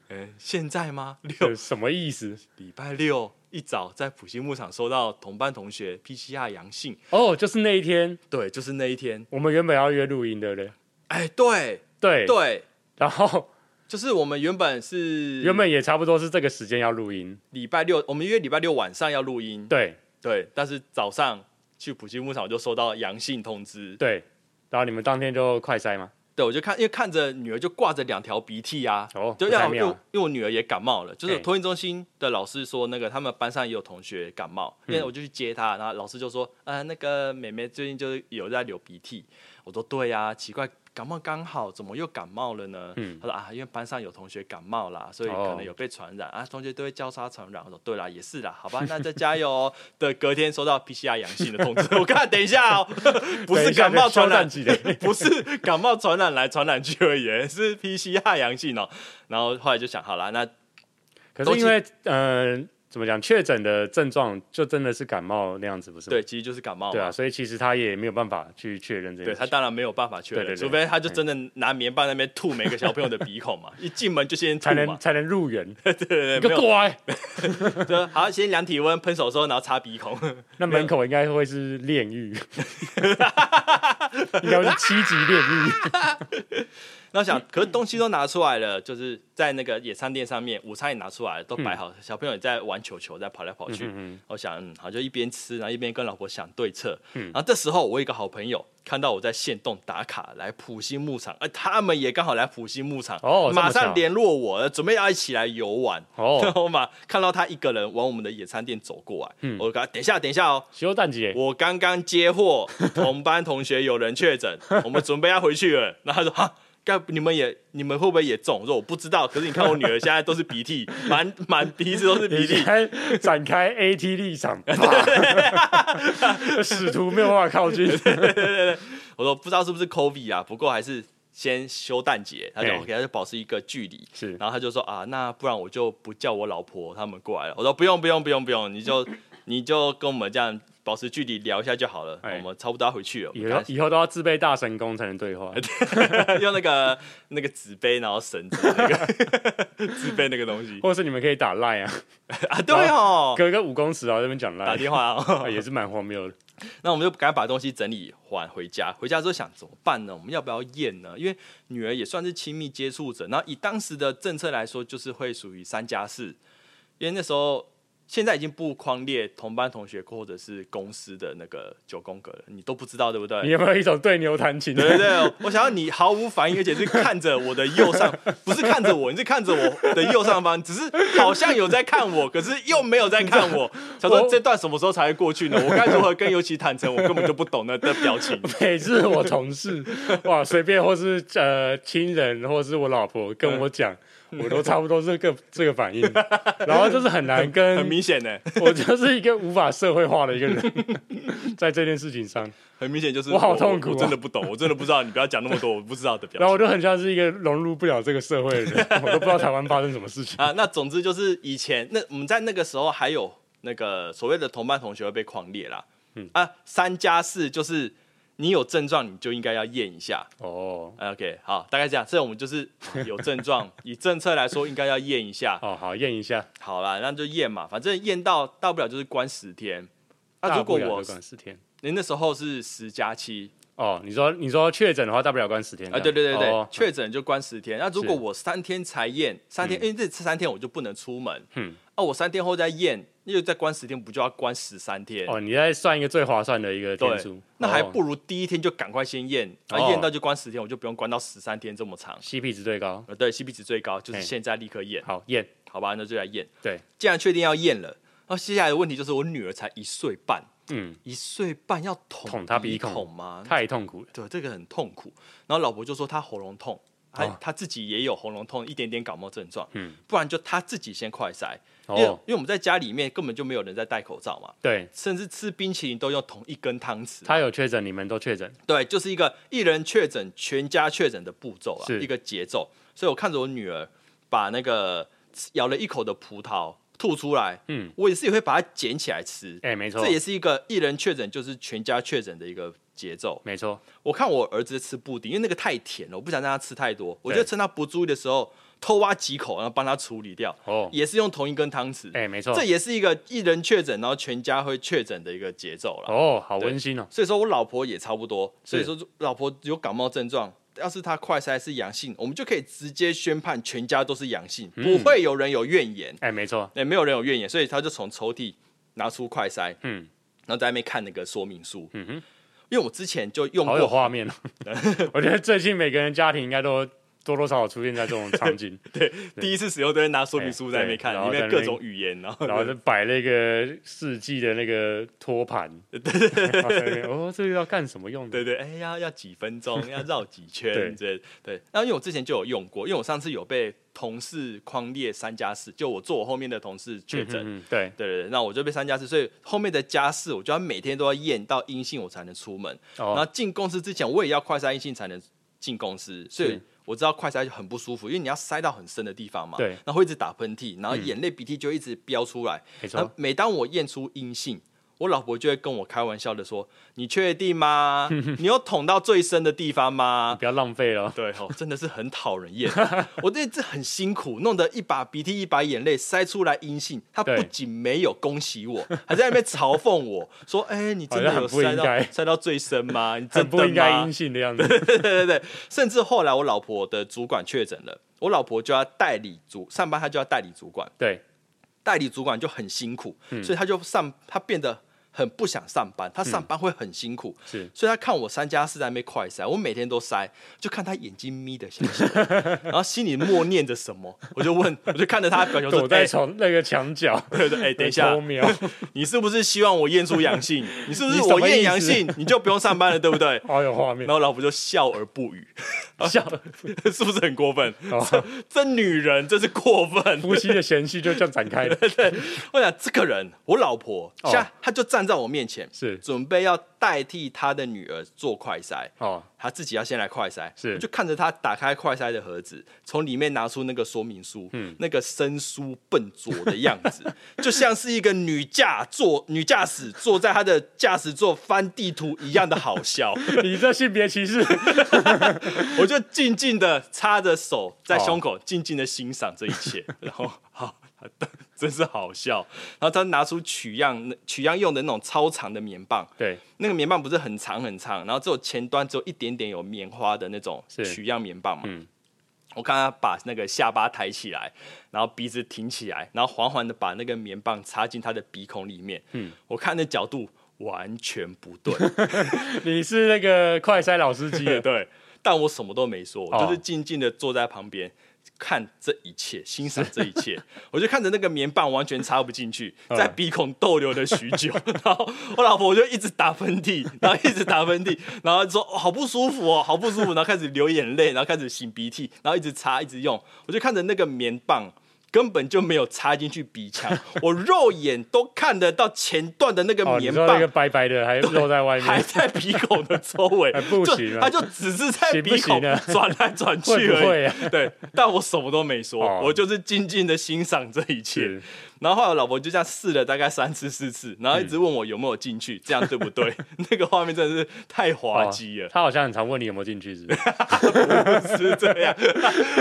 S1: 呃，现在吗？
S2: 这
S1: 六
S2: 什么意思？
S1: 礼拜六一早在补习牧场收到同班同学 PCR 阳性，
S2: 哦，就是那一天，
S1: 对，就是那一天，
S2: 我们原本要约录音的嘞，
S1: 哎，对
S2: 对，
S1: 对，
S2: 然后
S1: 就是我们原本是
S2: 原本也差不多是这个时间要录音，
S1: 礼拜六，我们约礼拜六晚上要录音，
S2: 对
S1: 对，但是早上去补习牧场我就收到阳性通知，
S2: 对，然后你们当天就快筛嘛，
S1: 对，我就看，因为看着女儿就挂着两条鼻涕啊，
S2: 哦
S1: 就
S2: 不太
S1: 要因为
S2: 妙
S1: 我因为我女儿也感冒了，就是
S2: 哎
S1: 托运中心的老师说，那个他们班上也有同学感冒，因
S2: 嗯
S1: 为我就去接她，然后老师就说，呃，那个妹妹最近就是有在流鼻涕，我说对呀、奇怪。感冒刚好，怎么又感冒了呢？
S2: 嗯哦
S1: 他说啊，因为班上有同学感冒啦，所以可能有被传染、啊，同学都会交叉传染。我说对啦，也是啦，好吧，那再加油哦。的隔天收到 PCR 阳性的通 知，我看等一下哦，不是感冒传染
S2: 级的，
S1: 不是感冒传染来传染去而已， 是 PCR 阳性哦。然后后来就想，好啦，那
S2: 可是因为嗯、呃怎么讲，确诊的症状就真的是感冒那样子，不是吗？
S1: 对，其实就是感冒嘛。
S2: 对啊，所以其实他也没有办法去确认这
S1: 对
S2: 件
S1: 他
S2: 事。
S1: 当然没有办法确认，
S2: 对对对
S1: 除非他就真的拿棉棒在那边吐每个小朋友的鼻孔 嘛，一进门就先吐
S2: 才
S1: 嘛
S2: 能，才能入园，
S1: 对对
S2: 你
S1: 对，
S2: 个
S1: 没有，
S2: 乖！
S1: 对，好，先量体温，喷手的时候，然后擦鼻 孔，
S2: 那门口应该会是炼狱， 应该会是七级炼狱。
S1: 那我想，可是东西都拿出来了，就是在那个野餐垫上面，午餐也拿出来了，都摆好，小朋友也在玩球球，在跑来跑去。我想，嗯，好，就一边吃，然后一边跟老婆想对策。
S2: 嗯
S1: 然后这时候，我有一个好朋友看到我在县洞打卡来普星牧场，而他们也刚好来普星牧场，
S2: 哦这么巧
S1: 马上联络我，准备要一起来游玩。 然
S2: 哦，
S1: 后嘛，看到他一个人往我们的野餐店走过来，
S2: 嗯
S1: 我就跟他等一下，等一下哦，
S2: 修 蛋姐，
S1: 我刚刚接获同班同学有人确诊，我们准备要回去了。然后他说哈。该你们也你们会不会也中？我说我不知道，可是你看我女儿现在都是鼻涕，满满鼻子都是鼻
S2: 你
S1: 涕
S2: 现，在展开 AT 立场， 使徒没有办法 靠近。
S1: 我说不知道是不是 COVID 啊，不过还是先休蛋节。他就
S2: 哎
S1: OK，他就保持一个距离。
S2: 是
S1: 然后他就说啊，那不然我就不叫我老婆他们过来了。我说不用不用不用不用，你就你就跟我们这样保持距离聊一下就好了。
S2: 哎
S1: 我们差不多要回去了，我
S2: 以
S1: 们
S2: 后
S1: 赶紧
S2: 以后都要自备大神功才能 对话。
S1: 用那个那个纸杯，然后绳子的那个 纸杯那个东 西
S2: 或者是你们可以打 line 啊，
S1: 啊，对哦，
S2: 隔个五公尺啊，这边讲
S1: 打
S2: line
S1: 电话哦
S2: 啊，。也是蛮荒谬的。
S1: 那我们就赶快把东西整理完回家。回家之后想怎么办呢？我们要不要验呢？因为女儿也算是亲密接触者，那以当时的政策来说，就是会属于三加四，因为那时候。现在已经不框列同班同学或者是公司的那个九宫格了，你都不知道对不对？
S2: 你有没有一种对牛弹琴？
S1: 对对对，我想要你毫无反应，而且是看着我的右上，不是看着我，你是看着我的右上方，只是好像有在看我，可是又没有在看我。想说
S2: 我
S1: 这段什么时候才会过去呢？我该如何跟尤其坦诚？我根本就不懂那的表情。
S2: 每次我同事哇，随便或是呃亲人或是我老婆跟我讲，
S1: 嗯
S2: 我都差不多这个这个反应，然后就是很难
S1: 很
S2: 跟，
S1: 明显呢，
S2: 我就是一个无法社会化的一个人， 在这件事情上，
S1: 很明显就是
S2: 我好痛苦
S1: 我
S2: 啊
S1: 我真的不懂，我真的不知道，你不要讲那么多，我不知道的表
S2: 然后
S1: 情。
S2: 我就很像是一个融入不了这个社会的人，我都不知道台湾发生什么事情。
S1: 啊，那总之就是以前那我们在那个时候还有那个所谓的同班同学会被框列啦，
S2: 嗯
S1: 啊，三加四就是你有症状你就应该要验一下，
S2: 哦，
S1: OK，好，大概这样。所以我们就是有症状，以政策来说应该要验一下。
S2: 哦，好验一下，
S1: 好啦，那就验嘛，反正验到大不了就是关十天。那、
S2: 大
S1: 啊如果
S2: 不了
S1: 我
S2: 就管四天。
S1: 你那时候是十加七
S2: 哦，你说你说确诊的话，大不了关十天
S1: 啊，对对对对，
S2: 哦
S1: 确诊就关十天。那如果
S2: 是
S1: 我三天才验，三天，因为这三天我就不能出门。
S2: 嗯
S1: 啊，我三天后再验，又再关十天，不就要关十三天？
S2: 哦，你再算一个最划算的一个天
S1: 对
S2: 数，，
S1: 那还
S2: 哦
S1: 不如第一天就赶快先验，啊，
S2: 哦
S1: 验到就关十天，我就不用关到十三天这么长。
S2: CP 值最高。
S1: 呃，对，CP 值最高就是
S2: 嘿
S1: 现在立刻验。
S2: 好验，
S1: 好吧，那就来验。
S2: 对，
S1: 既然确定要验了，那接下来的问题就是我女儿才一岁半，
S2: 嗯，
S1: 一岁半要捅
S2: 捅她
S1: 鼻
S2: 鼻孔
S1: 吗？
S2: 太痛苦了。
S1: 对，这个很痛苦。然后老婆就说她喉咙痛，她、
S2: 哦
S1: 她自己也有喉咙痛，一点点感冒症状，
S2: 嗯，
S1: 不然就她自己先快筛，因为、
S2: 哦
S1: 因，为我们在家里面根本就没有人在戴口罩嘛。
S2: 对，
S1: 甚至吃冰淇淋都用同一根汤匙，
S2: 他有确诊，你们都确诊，
S1: 对，就是一个一人确诊全家确诊的步骤啊，
S2: 是
S1: 一个节奏。所以我看着我女儿把那个咬了一口的葡萄吐出来，
S2: 嗯，
S1: 我也是也会把它捡起来吃。
S2: 哎、没错
S1: 这，也是一个一人确诊就是全家确诊的一个节奏。
S2: 没错，
S1: 我看我儿子吃布丁，因为那个太甜了，我不想让他吃太多，我
S2: 对
S1: 就趁他不注意的时候偷挖几口，然后帮他处理掉。
S2: 哦
S1: 也是用同一根汤匙，
S2: 哎、没错
S1: 这，也是一个一人确诊，然后全家会确诊的一个节奏了。
S2: 哦，好温馨哦，
S1: 所以说我老婆也差不多，所以
S2: 是
S1: 说老婆有感冒症状，要是她快筛是阳性，我们就可以直接宣判全家都是阳性，
S2: 嗯
S1: 不会有人有怨言，
S2: 哎、没错，
S1: 也、没有人有怨言，所以她就从抽屉拿出快筛，
S2: 嗯，
S1: 然后在那边看那个说明书，
S2: 嗯哼，
S1: 因为我之前就用
S2: 好有
S1: 过，
S2: 画面哦。我觉得最近每个人家庭应该都多多少少出现在这种场 景，
S1: 第一次使用都会拿说明书在那边
S2: 哎
S1: 看，里面
S2: 对然后在那
S1: 各
S2: 边
S1: 种语言，然后
S2: 然后就摆了一个世纪的那个托盘， 然后在那边哦，这个要干什么用的？
S1: 对对，哎、要要几分 钟，要绕几
S2: 对
S1: 圈之类的。对，那因为我之前就有用过，因为我上次有被同事框列三加四，就我坐我后面的同事确诊。
S2: 嗯嗯嗯对，
S1: 对对对，那我就被三加四，所以后面的加四，我就要每天都要验到阴性，我才能出门。然后
S2: 哦，
S1: 进公司之前，我也要快筛阴性才能进公司，所以
S2: 是
S1: 我知道快筛就很不舒服，因为你要塞到很深的地方嘛。
S2: 对嗯
S1: 然后会一直打喷嚏，然后眼泪、鼻涕就一直飙出来。
S2: 没
S1: 然后
S2: 错，
S1: 每当我验出阴性，我老婆就会跟我开玩笑的说：“你确定 吗？你有捅到最深的地方吗
S2: 不要浪费了？”。
S1: 对哦，真的是很讨人厌。我对这很辛苦，弄得一把鼻涕一把眼泪塞出来阴性，她
S2: 对
S1: 不仅没有恭喜我，还在那边嘲讽我说：“哎、你真的
S2: 好像
S1: 有
S2: 很不
S1: 塞
S2: 应
S1: 到
S2: 该
S1: 塞到最深吗？你真
S2: 很
S1: 的
S2: 不应该
S1: 吗
S2: 阴性的样子，
S1: 对对对，对，甚至后来我老婆的主管确诊了，我老婆就要代理主上班，她就要代理主管，
S2: 对，
S1: 代理主管就很辛苦，
S2: 嗯
S1: 所以她就上她变得很不想上班，她
S2: 嗯
S1: 上班会很辛苦，
S2: 是
S1: 所以她看我三加四在那边快塞，我每天都塞，就看她眼睛眯的小小的， 然后心里默念着什么，我就问，我就看着她的表情我
S2: 躲
S1: 说，
S2: 在
S1: 哎、
S2: 床那个墙角，
S1: 对对，哎、 等一下
S2: 偷，瞄，
S1: 你是不是希望我验出阳 性？你是不是
S2: 你什么
S1: 我验
S2: 意思
S1: 阳性，你就不用上班了， 对不对？
S2: 好有画面
S1: 然，后老婆就笑而不语。
S2: 笑，
S1: 是不是很过分？
S2: 哦
S1: 这女人真是过分！
S2: 夫妻的嫌隙就这样 展开了，
S1: 我想这个人，我老婆，
S2: 哦
S1: 现在她就站在我面前，
S2: 是
S1: 准备要代替她的女儿做快筛，
S2: 哦，
S1: 她自己要先来快筛，
S2: 是
S1: 我就看着她打开快筛的盒子，从里面拿出那个说明书，那个生疏笨拙的样子， 就像是一个女驾坐女驾驶坐在她的驾驶座翻地图一样的好笑。
S2: 你这性别歧视，
S1: 我就静静的插着手在胸口，静静的欣赏这一切， 然后好。真是好笑，然后他拿出取样取样用的那种超长的棉棒，
S2: 对，
S1: 那个棉棒不是很长很长，然后只有前端只有一点点有棉花的那种
S2: 是
S1: 取样棉棒嘛。
S2: 嗯
S1: 我看他把那个下巴抬起来，然后鼻子挺起来，然后缓缓的把那个棉棒插进他的鼻孔里面。嗯，我看那角度完全不对，
S2: 你是那个快筛老司机
S1: 对
S2: 了，
S1: 对，但我什么都没说，我
S2: 哦
S1: 就是静静的坐在旁边。看这一 切，欣赏这一切，我就看着那个棉棒完全插不进去，
S2: 嗯
S1: 在鼻孔逗留了许 久。然后我老婆就一直打喷嚏，然后一直打喷嚏，然后说、哦好不舒服哦，好不舒服，然后开始流眼泪，然后开始擤鼻涕，然后一直擦，一直用。我就看着那个棉棒根本就没有插进去鼻腔， 我肉眼都看得到前段的那个
S2: 哦，你
S1: 棉
S2: 说
S1: 棒
S2: 那个白白的还露在外
S1: 还
S2: 面，哦
S1: 在鼻孔的周 围
S2: 哎，不
S1: 就
S2: 行啊
S1: 他就只是在
S2: 行不
S1: 鼻孔
S2: 行啊
S1: 转来转去而已。
S2: 会不会啊
S1: 对，但我什么都没说，
S2: 哦
S1: 我就是静静的欣赏这一切
S2: 是。
S1: 然后后来我老婆就这样试了大概三次四次，然后一直
S2: 嗯
S1: 问我有没有进去，这样对不 对？那个画面真的是太滑稽了
S2: 哦，他好像很常问你有没有进去，是不是？
S1: 是这样。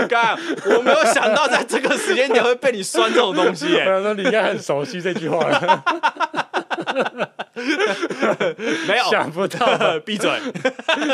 S1: 干，我没有想到在这个时间点会被你酸这种东西、
S2: 我
S1: 欸，
S2: 想说你应该很熟悉这句话 了，
S1: 没有。
S2: 想不到
S1: 闭嘴！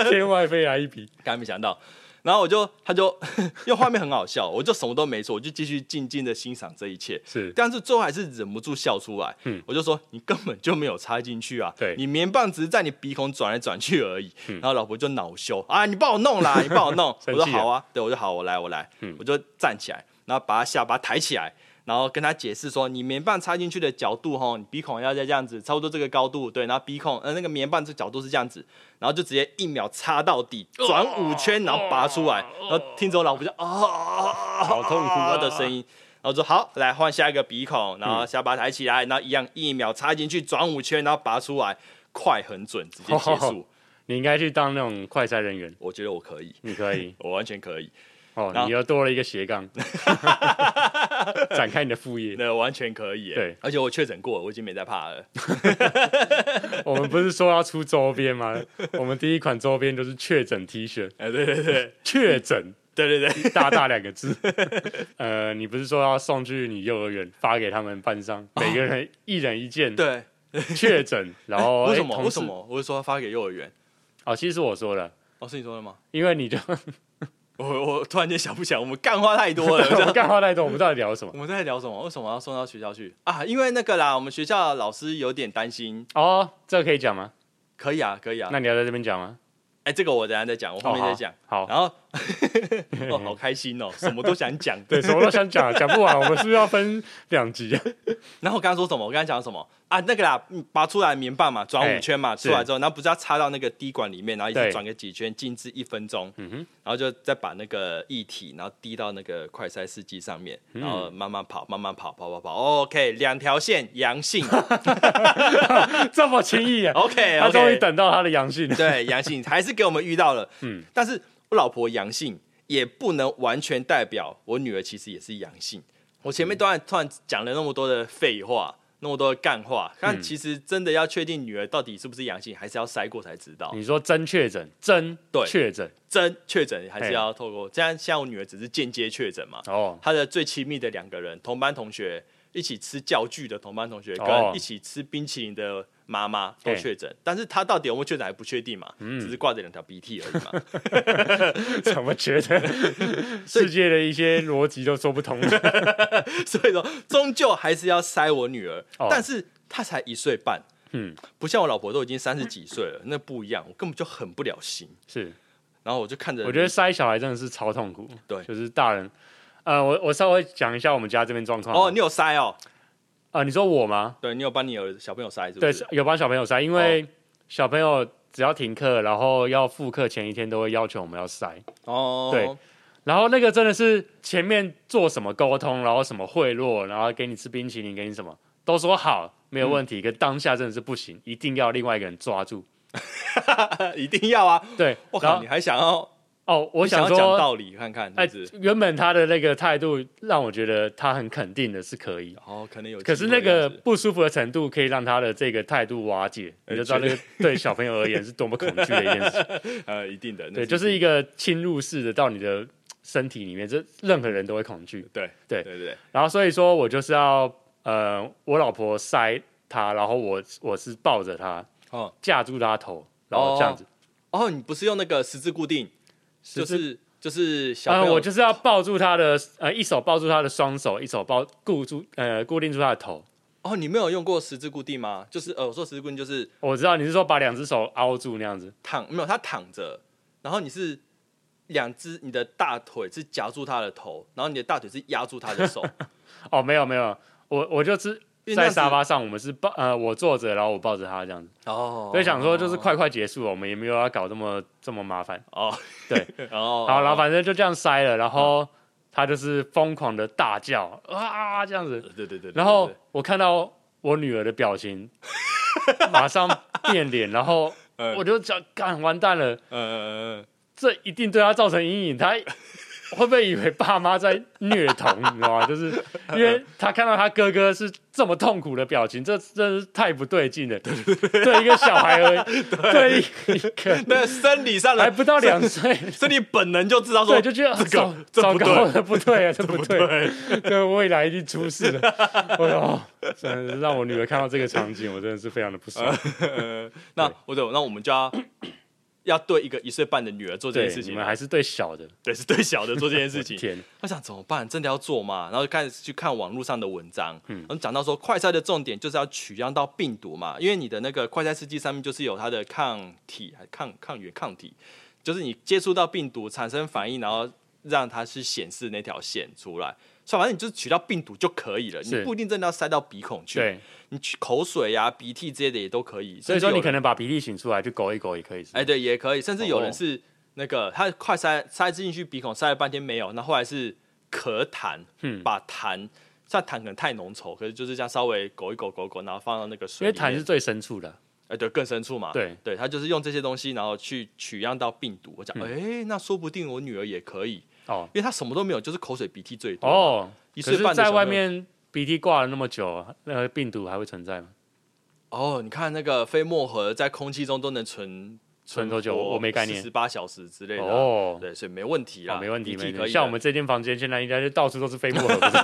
S2: 天外飞来一笔，
S1: 刚没想到。然后我就，他就， 因为画面很好笑，我就什么都没说，我就继续静静的欣赏这一切。
S2: 是
S1: 但是最后还是忍不住笑出来。
S2: 嗯
S1: 我就说你根本就没有插进去啊，
S2: 对
S1: 你棉棒只是在你鼻孔转来转去而已。然后老婆就恼羞啊，你帮我弄啦，你帮我弄。我
S2: 生气
S1: 说
S2: 了
S1: 好啊，对，我就好，我来，我来，我就站起来，然后把他下巴抬起来。然后跟他解释说，你棉棒插进去的角度，吼，你鼻孔要在这样子，差不多这个高度，对，然后鼻孔，呃，那个棉棒这角度是这样子，然后就直接一秒插到底，转五圈，然后拔出来，然后听着我老婆就啊啊啊啊，好
S2: 痛苦啊
S1: 的声音，然后说好，来换下一个鼻孔，然后下巴抬起来，然后一样一秒插进去，转五圈，然后拔出来，快很准，直接结束。
S2: 你应该去当那种快筛人员，
S1: 我觉得我可以，
S2: 你可 以。
S1: 我完全可以，
S2: 哦
S1: 然，后
S2: 你又多了一个斜 杠，展开你的副业。
S1: 那完全可以耶。
S2: 对
S1: 而且我确诊过，我已经没在怕了。
S2: 我们不是说要出周 边吗？我们第一款周边就是确诊 T 恤，
S1: 哎，对对对
S2: 确诊
S1: 对对对，
S2: 大大两个字。 呃，你不是说要送去你幼儿园发给他们班上，每个人一人一件
S1: 啊对。哦
S2: 确诊，然 后
S1: 为
S2: 哎
S1: 什么？
S2: 同
S1: 为
S2: 事
S1: 什么？我是说发给幼儿园。
S2: 哦，其实是我说的，
S1: 哦，是你说的吗？
S2: 因为你就
S1: 我我突然间想不起来，我们干话太 多了。
S2: 我
S1: 我
S2: 们
S1: 想
S2: 干话太多，我们到底聊什么
S1: 我？们在聊什么？为什么要送到学校去啊？因为那个啦，我们学校老师有点担心，
S2: 哦，这个可以讲吗？
S1: 可以啊，可以啊。
S2: 那你要在这边讲吗？哦
S1: 哎、这个我等一下再讲，我后面再讲。
S2: 好好
S1: 然后 哦，好开心 哦，什么都想讲。
S2: 对，什么都想讲，讲不完，我们是不是要分两 集啊？
S1: 然后我刚刚说什么？我刚刚讲什么啊？那个啦，嗯拔出来棉棒嘛，转
S2: 哎
S1: 五圈嘛，
S2: 是
S1: 出来之后，然后不是要插到那个滴管里面，然后一
S2: 对嗯
S1: 直转个几圈，静置一分钟，
S2: 哼
S1: 然后就再把那个液体，然后滴到那个快筛试剂上面，
S2: 嗯
S1: 然后慢慢跑，慢慢跑，跑跑跑，OK，两条线阳性
S2: 这么 轻易啊？
S1: 哦，OK，
S2: 他终于等到他的阳 性了。
S1: 对阳性，还是给我们遇到了，
S2: 嗯
S1: 嗯，但是我老婆阳性也不能完全代表我女儿其实也是阳性。我前
S2: 嗯
S1: 面突然突然讲了那么多的废话，那么多的干话，
S2: 嗯
S1: 但其实真的要确定女儿到底是不是阳性，还是要筛过才知道。
S2: 你说真确诊，真
S1: 对
S2: 确诊
S1: 真确诊还是要透过，这样像我女儿只是间接确诊嘛，
S2: 哦，
S1: 她的最亲密的两个人，同班同学，一起吃教具的同班同学，
S2: 哦
S1: 跟一起吃冰淇淋的妈妈都
S2: 嘿嗯
S1: 确诊，但是她到底有没有确诊还不确定嘛，只是挂着两条鼻涕而已嘛。
S2: 怎么 觉得世界的一些逻辑都说不通了？
S1: 所以说，终究还是要塞我女儿，
S2: 哦
S1: 但是她才一岁半，
S2: 嗯，
S1: 不像我老婆都已经三十几岁了，那不一样，我根本就狠不了心。
S2: 是，
S1: 然后我就看着，
S2: 我觉得塞小孩真的是超痛苦。
S1: 对
S2: 就是大人。呃，我我稍微讲一下我们家这边状况。
S1: 哦，你有塞哦，
S2: 啊、你说我吗？
S1: 对你有帮你儿子小朋友塞是不
S2: 对
S1: 是？，
S2: 有帮小朋友筛，因为
S1: 哦
S2: 小朋友只要停课，然后要复课前一天都会要求我们要筛。
S1: 哦，
S2: 对然后那个真的是前面做什么沟通，然后什么贿赂，然后给你吃冰淇淋，给你什么都说好没有问
S1: 嗯
S2: 题，可当下真的是不行，一定要另外一个人抓住。
S1: 一定要啊！
S2: 对，
S1: 我
S2: 然
S1: 靠，
S2: 后
S1: 你还想要，
S2: 哦，我
S1: 你想
S2: 想
S1: 要讲
S2: 说，
S1: 道理看看，
S2: 哎、
S1: 是不是？
S2: 原本他的那个态度让我觉得他很肯定的是可以，
S1: 哦，可能有机会
S2: 可
S1: 这样
S2: 是
S1: 子，哎
S2: 那个不舒服的程度可以让他的这个态度瓦解，你就知道那个对小朋友而言是多么恐惧的一件事。
S1: 呃，一定的，那
S2: 对，就是一个侵入式的到你的身体里面，这任何人都会恐惧。
S1: 对
S2: 对
S1: 对对，
S2: 然后所以说我就是要呃，我老婆塞她，然后我我是抱着她，
S1: 哦
S2: 架住她头，然后这样子。
S1: 哦，你不是用那个十字固定，就
S2: 字
S1: 是就是小
S2: 嗯、
S1: 朋友，
S2: 我就是要抱住她的呃，一手抱住她的双手，一手抱固住呃固定住她的头。
S1: 哦，你没有用过十字固定吗？就是呃，我说十字固定就是
S2: 我知道你是说把两只手凹住那样子，
S1: 躺没有，他躺着，然后你是两只你的大腿是夹住他的头，然后你的大腿是压住他的 手，
S2: 哦，没有没有，我我就是
S1: 因为那
S2: 在
S1: 样子
S2: 沙发上，我们是抱呃我坐着，然后我抱着她这样子，
S1: 哦
S2: 所以想说就是快快结束了，我们也没有要搞这么这么麻烦。
S1: 哦，
S2: 对，
S1: 哦，
S2: 好，然后反正就这样塞了，然后他就是疯狂的大叫啊这样子，
S1: 哦对对对对，
S2: 然后
S1: 对
S2: 我看到我女儿的表情，马上变脸，然后
S1: 嗯
S2: 我就想，干完蛋了，
S1: 对呃，
S2: 这一定对她造成 阴影，她会不会以为爸妈在虐童，你知道吗？ 就是因为她看到她哥哥是这么痛苦的表情，这真是太不对劲了，对一个小孩而已，对一 个
S1: 那生理上
S2: 还
S1: 的
S2: 不到两岁。
S1: 生理本能就知道说
S2: 对，就觉得啊
S1: 这
S2: 糟
S1: 个这
S2: 糟
S1: 不
S2: 糕
S1: 对，
S2: 了，不对啊，这不对，
S1: 对，
S2: 对我未来一定出事 了。哎呦，真的是让我女儿看到这个场景，我真的是非常的不爽。
S1: 呃那我懂，那我们就要 要对一个一岁半的女儿做这
S2: 对
S1: 件事，
S2: 你
S1: 情
S2: 们，还是对小的，
S1: 对，是对小的做这件事 情，
S2: 天，
S1: 我想怎么办？真的要做吗？然后就开始去看网络上的文章，
S2: 嗯
S1: 然后讲到说快筛的重点就是要取样到病毒嘛，因为你的那个快筛试剂上面就是有它的抗体、还抗抗原抗体，就是你接触到病毒产生反应，然后让它是显示那条线出来。所以反正你就是取到病毒就可以了，你
S2: 是
S1: 不一定真的要塞到鼻孔去，
S2: 对，
S1: 你取口水呀、鼻涕之类的也都可以。
S2: 所以说
S1: 甚至
S2: 你
S1: 有人
S2: 可能把鼻涕擤出来就勾一勾也可以。
S1: 哎，，对，也可以，甚至有
S2: 哦
S1: 人是那个、他快塞塞进去鼻孔，塞了半天没有，那后来是咳痰，
S2: 嗯
S1: 把痰，像痰可能太浓稠，可是就是这样稍微狗一狗狗一狗，然后放到那个
S2: 因
S1: 水
S2: 为
S1: 里面，
S2: 痰是最深处的，
S1: 哎、对，更深处嘛，
S2: 对
S1: 对，他就是用这些东西，然后去取样到病毒。我讲，哎、
S2: 嗯
S1: 那说不定我女儿也可以，
S2: 哦
S1: 因为她什么都没有，就是口水鼻涕最多。啊
S2: 哦，
S1: 一
S2: 可
S1: 岁
S2: 是
S1: 半的
S2: 在
S1: 小
S2: 外
S1: 朋友
S2: 面鼻涕挂了那么久，那个病毒还会存在吗？
S1: 哦，你看那个飞沫盒在空气中都能存
S2: 存多久我我没概念
S1: 十八小时之类的啊、
S2: 哦
S1: 对，所以没问题啦，
S2: 哦，没问题，
S1: 鼻涕
S2: 没
S1: 可
S2: 问
S1: 以
S2: 题。像
S1: 的
S2: 我们这间房间现在应该就到处都是飞沫 了，不是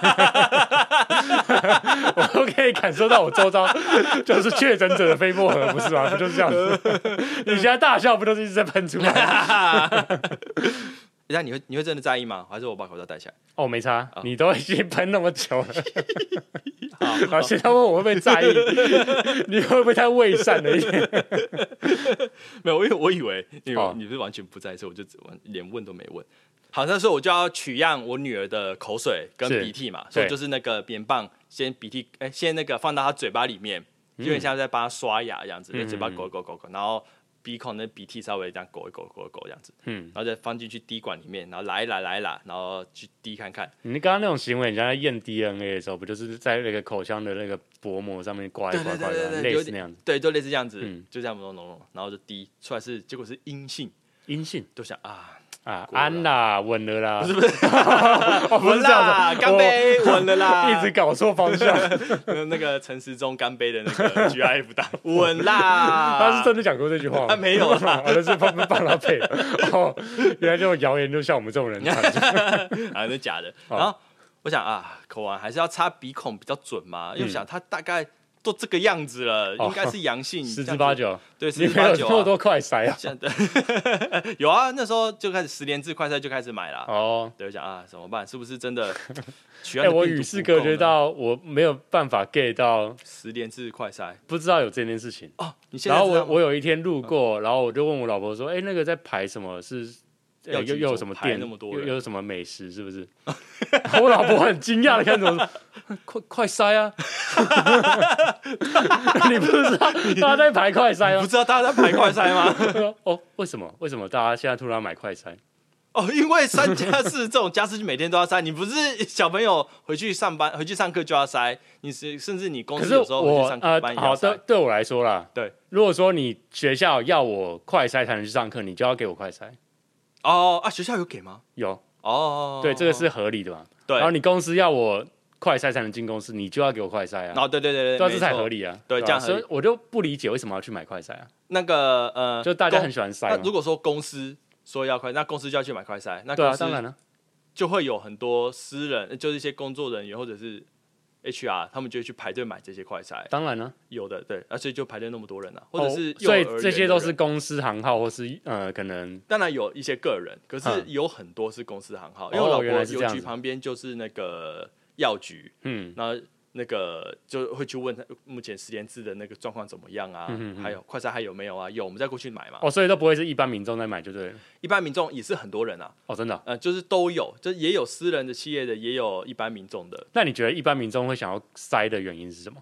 S2: 我都可以感受到我周遭就是确诊者的飞沫盒，不是吗？不 就是这样子？你现在大笑不都是一直在喷出来？
S1: 哈哈， 那你会你会真的在意吗？还是我把口罩戴起来？
S2: 哦，没差
S1: 哦，
S2: 你都已经喷那么 久了，
S1: 好，
S2: 啊，现在问我会不会在意， 你会不会太伪善了一点？
S1: 没有，因为我以为你、
S2: 哦
S1: 你是完全不在，所以我就只完连问都没问。好，那时候我就要取样我女儿的口水跟
S2: 是
S1: 鼻涕嘛，所以
S2: 对
S1: 就是那个棉棒先鼻涕，哎、先那个放到她嘴巴里面，有点像在帮她刷牙这样子，在嘴巴
S2: 嗯嗯嗯
S1: 勾一勾勾勾，然后鼻孔的鼻涕稍微这样勾一勾勾一勾这样子，
S2: 嗯，
S1: 然后再放进去滴管里面，然后来一来来一来，然后去滴看看。
S2: 你刚刚那种行为，你像在验 DNA 的时候，不就是在那个口腔的那个薄膜上面刮一刮刮一刮，啊类
S1: 有
S2: 似那样子，
S1: 对，就类似这样子，
S2: 嗯
S1: 就这样弄弄弄，然后就滴出来是结果是阴性，
S2: 阴性
S1: 就想啊，
S2: 啊，
S1: 果然
S2: 安啦，稳了啦，不是不
S1: 哦、
S2: 不是这样
S1: 啦，
S2: 子
S1: 干杯，稳了啦，
S2: 一直搞错方向，
S1: 那个陈时中干杯的那 个 GIF 档，稳啦！
S2: 他是真的讲过这句话吗？
S1: 他没有啦
S2: 啊，那是帮帮他配的。哦，原来这种谣言就像我们这种人传出，
S1: 啊，那是假的。
S2: 哦
S1: 然后我想啊，口完还是要擦鼻孔比较准嘛，因为我想他大概都这个样子了，
S2: 嗯哦
S1: 应该是阳性，
S2: 十
S1: 这
S2: 之
S1: 样子
S2: 八，九，
S1: 对，
S2: 你
S1: 十之
S2: 没
S1: 八
S2: 有
S1: 九
S2: 这么
S1: 啊。
S2: 多快筛啊？
S1: 现在 有啊，那时候就开始十连制快筛就开始买了。
S2: 哦，
S1: 对，我想啊，怎么办？是不是真 的取样
S2: 哎、
S1: 的病毒不够呢？
S2: 我与世隔绝到我没有办法 get 到，
S1: 十连制快筛
S2: 不知道有这件事情。
S1: 哦，你现在
S2: 然后
S1: 知
S2: 我
S1: 道吗嗯
S2: 我有一天路过，然后我就问我老婆说：“哎、那个在排什么是？”呃
S1: 药
S2: 又
S1: 局
S2: 又有什
S1: 怎
S2: 么
S1: 么
S2: 店？
S1: 排那么多
S2: 又
S1: 人
S2: 又有什么美食？是 不是？我老婆很惊讶的看着我说：“快快塞啊！ 你不知道他在排快塞
S1: 你
S2: 吗
S1: 不？知道大家在排快筛吗？
S2: 我说哦，为什么？为什么大家现在突然买快餐？
S1: 哦，因为三加四这种加四每天都要塞，你不是小朋友回去上班、回去上课就要塞，你是甚至你公
S2: 可
S1: 司
S2: 是
S1: 有时候回
S2: 我
S1: 去上
S2: 呃
S1: 班，也要
S2: 好，
S1: 塞。
S2: 对对我来说啦，
S1: 对，
S2: 如果说你学校要我快塞才能去上课，你就要给我快塞。
S1: 哦啊，学校有给吗？
S2: 有，
S1: 哦，
S2: 对，这个是合理的嘛。
S1: 对，
S2: 然后你公司要我快塞才能进公司，你就要给我快塞啊，
S1: 哦，对对对
S2: 对
S1: 对，
S2: 啊，这才合
S1: 理。
S2: 理啊。
S1: 对
S2: 吧
S1: 这样合理
S2: 所以我就不理解为什么要去买快塞啊？
S1: 那个呃，
S2: 就大家
S1: 公
S2: 很喜欢塞
S1: 那
S2: 嘛
S1: 如。果说公司说要快，那公司就要去买快塞，那公
S2: 对啊，当然
S1: 司
S2: 了，
S1: 就会有很多私人，呃就是一些工作人员或者是 HR，他们就会去排队买这些快塞。
S2: 当然了，
S1: 有的对，而且就排队那么多人啊，或者是
S2: 哦
S1: 幼
S2: 所
S1: 儿
S2: 以
S1: 园的人、
S2: 这些都是公司行号，或是呃，可能
S1: 当然有一些个人，可是
S2: 嗯
S1: 有很多是公司行号，
S2: 哦
S1: 因为我老婆
S2: 原来是这
S1: 邮
S2: 样
S1: 局
S2: 子
S1: 旁边就是那个药局，
S2: 嗯，
S1: 然后那个就会去问他目前十连制的那个状况怎么样啊，
S2: 嗯嗯嗯
S1: 还有快餐还有没有啊？有，我们再过去买嘛。
S2: 哦，所以都不会是一般民众在买就对了。
S1: 一般民众也是很多人啊，
S2: 哦，真的啊。
S1: 呃，就是都有，就也有私人的企业的，也有一般民众的。
S2: 那你觉得一般民众会想要塞的原因是什么？